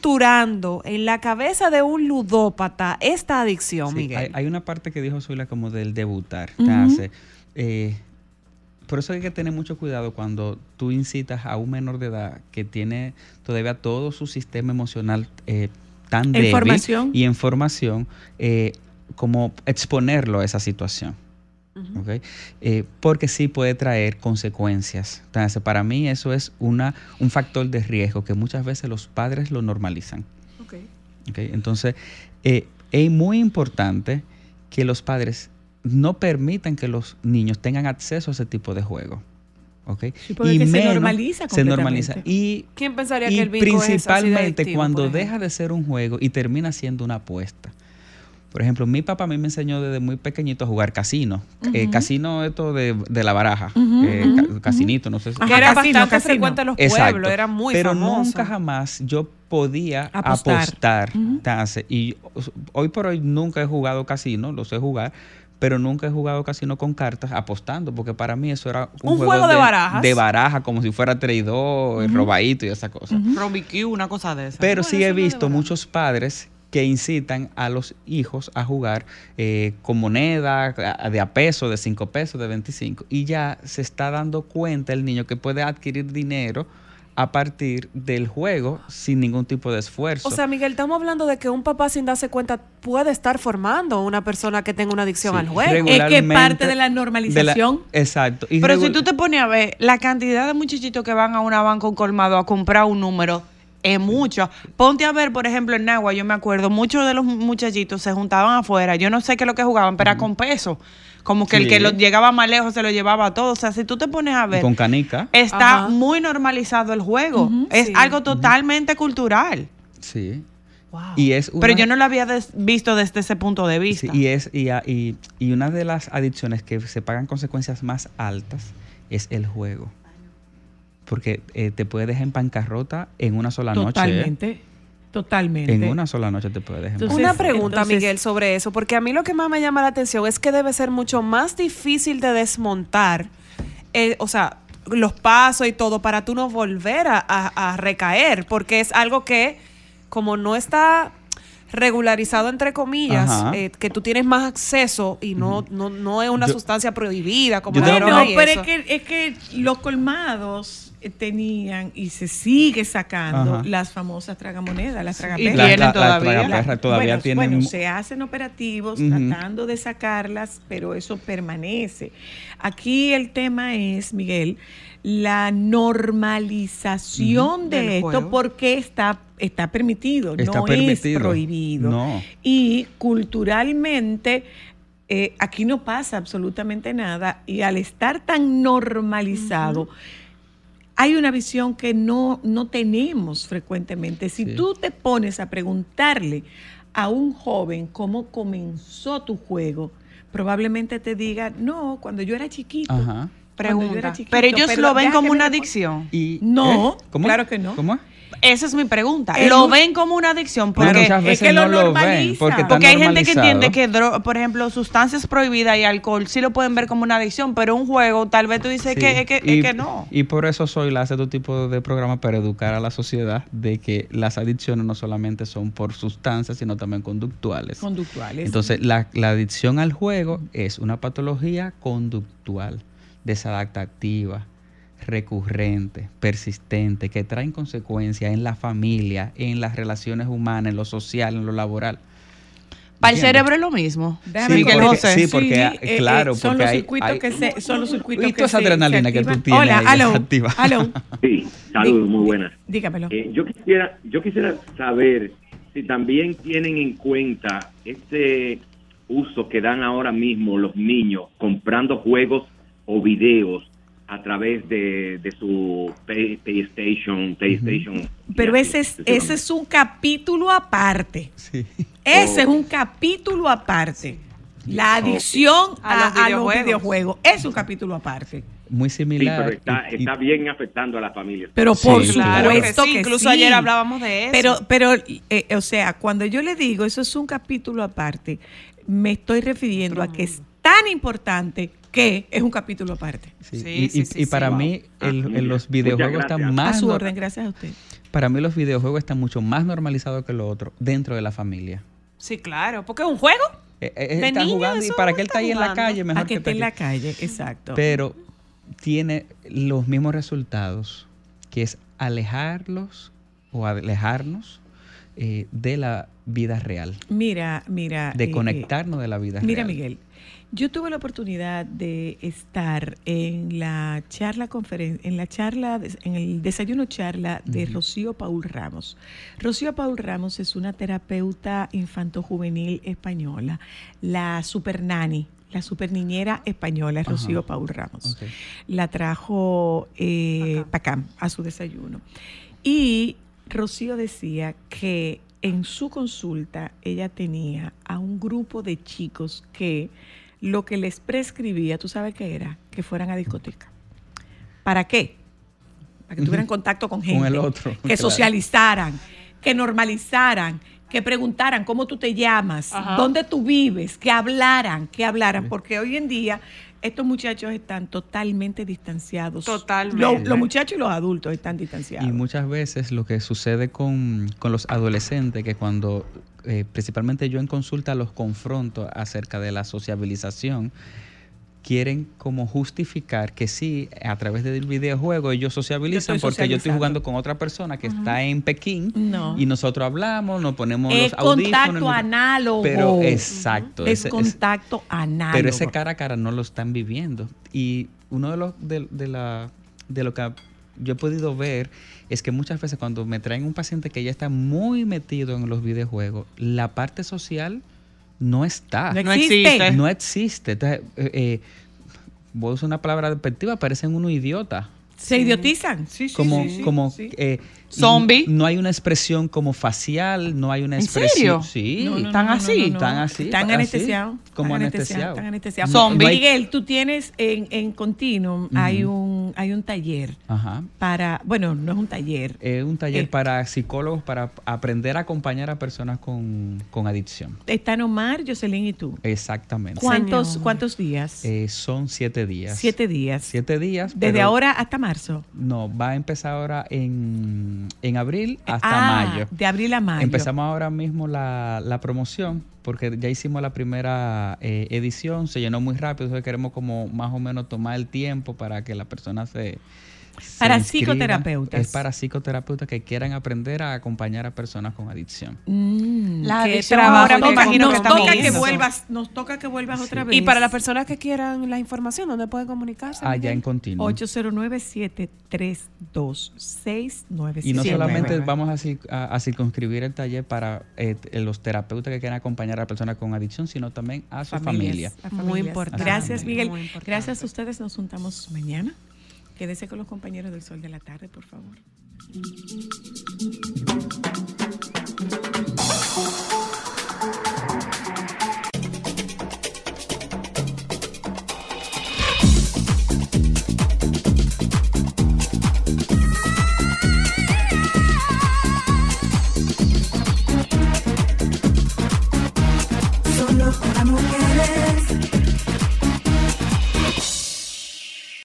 L: estructurando en la cabeza de un ludópata esta adicción,
M: Sí,
L: Miguel?
M: Hay, hay una parte que dijo Zoila como del debutar. que hace, eh, por eso hay que tener mucho cuidado cuando tú incitas a un menor de edad que tiene todavía todo su sistema emocional eh, tan débil
A: formación.
M: y en formación, eh, como exponerlo a esa situación. ¿ok? Eh, porque sí puede traer consecuencias. Entonces, para mí eso es una, un factor de riesgo que muchas veces los padres lo normalizan. ¿ok? Entonces, eh, es muy importante que los padres no permitan que los niños tengan acceso a ese tipo de juego. ¿ok?
A: Sí, porque que se normaliza
M: se normaliza.
A: completamente.
M: Y,
L: ¿Quién pensaría
M: y
L: que el bingo es así de
M: principalmente
L: adictivo,
M: cuando
L: por
M: deja de ser un juego y termina siendo una apuesta. Por ejemplo, mi papá a mí me enseñó desde muy pequeñito a jugar casino. Eh, casino esto de, de la baraja. eh, ca- casinito, no sé si.
L: Que
A: Ajá,
L: era
A: casino,
L: bastante
A: casino.
L: frecuente en los
M: Exacto.
L: pueblos, era muy
M: Pero
L: famoso.
M: nunca jamás yo podía
A: Apostar.
M: apostar. tase. Y os- hoy por hoy nunca he jugado casino, lo sé jugar, pero nunca he jugado casino con cartas apostando, porque para mí eso era
L: Un juego de barajas.
M: De baraja, como si fuera traidor, robadito y esas cosas.
D: Robbie Q, una cosa de esas.
M: Pero sí he visto muchos padres que incitan a los hijos a jugar eh, con moneda a- de a peso, de 5 pesos, de 25. Y ya se está dando cuenta el niño que puede adquirir dinero a partir del juego sin ningún tipo de esfuerzo.
L: O sea, Miguel, estamos hablando de que un papá sin darse cuenta puede estar formando una persona que tenga una adicción
M: Sí,
L: al juego.
A: que es
M: regularmente
A: parte de la
M: de la-
A: normalización.
M: exacto. Y
D: Pero
M: regu-
D: si tú te pones a ver, la cantidad de muchachitos que van a una banca o un colmado a comprar un número es mucho. Ponte a ver, por ejemplo, en Nagua, yo me acuerdo, muchos de los muchachitos se juntaban afuera. Yo no sé qué es lo que jugaban, pero era con pesos. Como que el
M: Sí.
D: que lo llegaba más lejos se lo llevaba todo. O sea, si tú te pones a ver,
M: con canica.
D: está
L: Ajá.
D: muy normalizado el juego. es
L: sí.
D: algo totalmente cultural.
M: Sí. Y es
D: Pero
M: una-
D: yo no lo había des- visto desde ese punto de
M: Sí,
D: vista.
M: y, es, y, a- y- y una de las adicciones que se pagan consecuencias más altas es el juego. Porque eh, te puede dejar en pancarrota en una sola noche. ¿eh?
A: totalmente. Totalmente.
M: En una sola noche te puede dejar en
A: Entonces-
L: Una
M: pancarrota.
L: pregunta,
A: entonces-
L: Miguel, sobre eso, porque a mí lo que más me llama la atención es que debe ser mucho más difícil de desmontar, eh, o sea,
D: los pasos y todo para tú no volver a, a- a recaer, porque es algo que como no está regularizado entre comillas,
M: Ajá.
D: eh, que tú tienes más acceso y no, no, no es una
M: Yo-
D: sustancia prohibida como
M: yo
D: la
M: tengo-
D: droga
A: No,
D: y
A: pero es
D: eso.
A: que, es que los colmados eh, tenían y se sigue sacando
M: Ajá.
A: las famosas tragamonedas, las
M: La-
A: tragaperras.
M: la- la tragaperra todavía
A: bueno,
M: tiene
A: bueno,
M: mu-
A: se hacen operativos
M: Ujú.
A: tratando de sacarlas, pero eso permanece. Aquí el tema es, Miguel, la normalización
D: Ujú, del
A: de esto
D: juego.
A: porque está, está permitido,
M: Está
A: no
M: permitido.
A: es prohibido.
M: No.
A: Y culturalmente eh, aquí no pasa absolutamente nada y al estar tan normalizado, hay una visión que no, no tenemos frecuentemente. Si
M: Sí.
A: tú te pones a preguntarle a un joven cómo comenzó tu juego, probablemente te diga, no, cuando yo era chiquito.
M: Ajá.
A: cuando yo
D: Pregunta.
A: era chiquito,
D: pero ellos lo ven
A: deja
D: como
A: que me
D: una
A: lo pon-
D: adicción.
M: Y,
A: No,
M: ¿eh?
A: claro que no.
M: ¿Cómo es?
D: Esa es mi pregunta.
A: El
D: lo
A: u-
D: ven como una adicción
M: Porque
D: porque
M: muchas
A: es
M: veces
A: que
M: no
A: lo
M: lo ven
A: normaliza.
M: porque, está
D: Porque hay gente que
M: normalizado.
D: entiende que, dro- por ejemplo, sustancias prohibidas y alcohol sí lo pueden ver como una adicción, pero un juego tal vez tú dices
M: Sí.
D: que, es que, es
M: y,
D: que no.
M: Y por eso soy la hace otro tipo de programa para educar a la sociedad de que las adicciones no solamente son por sustancias, sino también conductuales.
A: Conductuales.
M: Entonces, la, la adicción al juego es una patología conductual, desadaptativa, recurrente, persistente, que trae consecuencias en la familia, en las relaciones humanas, en lo social, en lo laboral.
D: Para el
M: ¿Entiendes?
D: cerebro es lo mismo.
A: Déjame
M: Sí,
A: correr.
D: porque-
M: sí, porque, ah,
A: eh,
M: claro,
A: son
M: porque
A: los
M: hay-
A: circuitos
M: hay-
A: que se, son los circuitos
M: Y
A: que
M: toda esa
A: se-
M: adrenalina
A: se
M: que tú
A: activan.
M: tienes
A: Hola,
M: ahí,
A: aló,
M: se activa.
A: aló,
N: Sí, saludos, muy buenas.
A: dígamelo.
N: Eh, yo quisiera, yo quisiera saber si también tienen en cuenta este uso que dan ahora mismo los niños comprando juegos o videos a través de, de su Play- PlayStation, PlayStation. y
A: Pero
N: así
A: ese es, ese
N: sucesivamente.
A: es un capítulo aparte.
M: Sí.
A: Ese es
N: Oh.
A: un capítulo aparte.
M: Oh.
A: La adicción
D: A los
A: a, a los
D: videojuegos.
A: videojuegos. Es un capítulo aparte.
M: Muy
N: Sí,
M: similar.
N: pero está,
M: y- y-
N: está bien afectando a la familia.
A: Pero
M: Sí,
A: por
M: claro.
A: supuesto que,
D: Incluso
A: sí.
D: ayer hablábamos de eso.
A: Pero, pero eh, o sea, cuando yo le digo eso es un capítulo aparte, me estoy refiriendo a que es tan importante que es un capítulo aparte.
M: Sí,
D: Sí,
M: y,
D: sí,
M: y-
D: sí,
M: y
D: sí.
M: para
N: Wow.
M: mí
N: Ah,
M: el-
N: muy
M: el-
N: bien.
M: los
N: Muchas
M: videojuegos
N: gracias.
M: están
A: A
M: más
A: su
M: nor-
A: orden, gracias a usted.
M: para mí los videojuegos están mucho más normalizados que lo otro dentro de la familia.
D: Sí, claro, porque es un juego.
M: Eh, eh,
D: De
M: están
D: niño
M: jugando y
D: eso
M: para que él
D: está
M: está ahí en la
D: jugando. pues.
M: calle mejor
A: A que esté en la calle, exacto.
M: Pero tiene los mismos resultados, que es alejarlos o alejarnos eh, de la vida real,
A: mira, mira.
M: de
A: eh,
M: conectarnos de la vida
A: Mira,
M: real.
A: Miguel, yo tuve la oportunidad de estar en la charla conferen- en la charla, des- en el desayuno charla de
M: Ujú.
A: Rocío Paul Ramos. Rocío Paul Ramos es una terapeuta infanto-juvenil española, la super nani, la super niñera española, es
M: Ajá.
A: Rocío Paul Ramos
M: Ok.
A: la trajo eh, Pacam a su desayuno. Y Rocío decía que en su consulta ella tenía a un grupo de chicos que lo que les prescribía, tú sabes qué era, que fueran a discoteca. ¿Para qué? Para que tuvieran
M: Ujú.
A: contacto con
M: Con
A: gente.
M: el otro,
A: Que
M: claro.
A: socializaran, que normalizaran, que preguntaran cómo tú te llamas, dónde tú vives, que hablaran, que hablaran. Porque hoy en día estos muchachos están totalmente distanciados.
D: Totalmente.
A: Lo- los muchachos y los adultos están distanciados.
M: Y muchas veces lo que sucede con, con los adolescentes, que cuando eh, principalmente yo en consulta los confronto acerca de la sociabilización, quieren como justificar que sí, a través del videojuego ellos sociabilizan
A: estoy
M: porque yo estoy
A: socializando.
M: jugando con otra persona que está en Pekín
A: No.
M: y nosotros hablamos, nos ponemos
A: Es
M: los audífonos.
A: contacto análogo.
M: Pero exacto.
A: es
M: ese- ese-
A: contacto análogo.
M: pero ese cara a cara no lo están viviendo. Y uno de los de, de la de lo que yo he podido ver es que muchas veces cuando me traen un paciente que ya está muy metido en los videojuegos, la parte social no está.
A: no
D: No
A: existe.
D: existe.
M: No existe. Entonces, eh, eh, voy a usar una palabra despectiva, parecen unos idiotas.
A: Se idiotizan.
C: Sí,
M: como como eh,
D: Zombie.
M: No hay una expresión como facial, no hay una
D: ¿En
M: expresión.
D: serio?
M: Sí.
D: No, no, no, ¿Tan no, no, así? no,
M: Tan
D: no.
M: así.
D: Tan
M: así,
A: anestesiado.
M: Como
A: están
M: anestesiado.
A: Están anestesiados.
M: No, no hay-
A: Miguel, tú tienes en, en Continuum hay
M: Ujú.
A: un hay un taller
M: Ajá.
A: para, bueno, no es un taller.
M: Es un taller
A: Eh.
M: para psicólogos para aprender a acompañar a personas con, con adicción.
A: Están Omar, Jocelyn y tú.
M: Exactamente.
A: ¿Cuántos cuántos días?
M: Eh, son siete días.
A: Siete días.
M: Siete días.
A: Desde
M: pero-
A: ahora hasta marzo.
M: No, va a empezar ahora en, en abril hasta
A: Ah,
M: mayo.
A: De abril a mayo.
M: Empezamos ahora mismo la, la promoción porque ya hicimos la primera eh, edición, se llenó muy rápido, entonces queremos como más o menos tomar el tiempo para que la persona se... se
A: Para
M: inscriba.
A: psicoterapeutas.
M: Es para psicoterapeutas que quieran aprender a acompañar a personas con adicción.
A: la
L: La
A: que
L: adicción
A: Mm, trabajo
L: ahora
A: nos,
L: me imagino que
A: nos
L: estamos
A: toca que
L: viendo.
A: vuelvas, nos toca que vuelvas otra
M: pues.
A: vez.
L: Y para las personas que quieran la información, ¿dónde pueden comunicarse?
A: Ah,
M: Allá en continuo.
A: 809-732-697.
M: Y no solamente vamos a, cir- a- a circunscribir el taller para eh, t- los terapeutas que quieran acompañar a personas con adicción, sino también a su familia.
A: Familias, a familias.
L: Muy importante,
A: Gracias, Miguel.
L: muy importante.
A: Gracias a ustedes. Nos juntamos mañana. Quédese con los compañeros del Sol de la Tarde, por favor.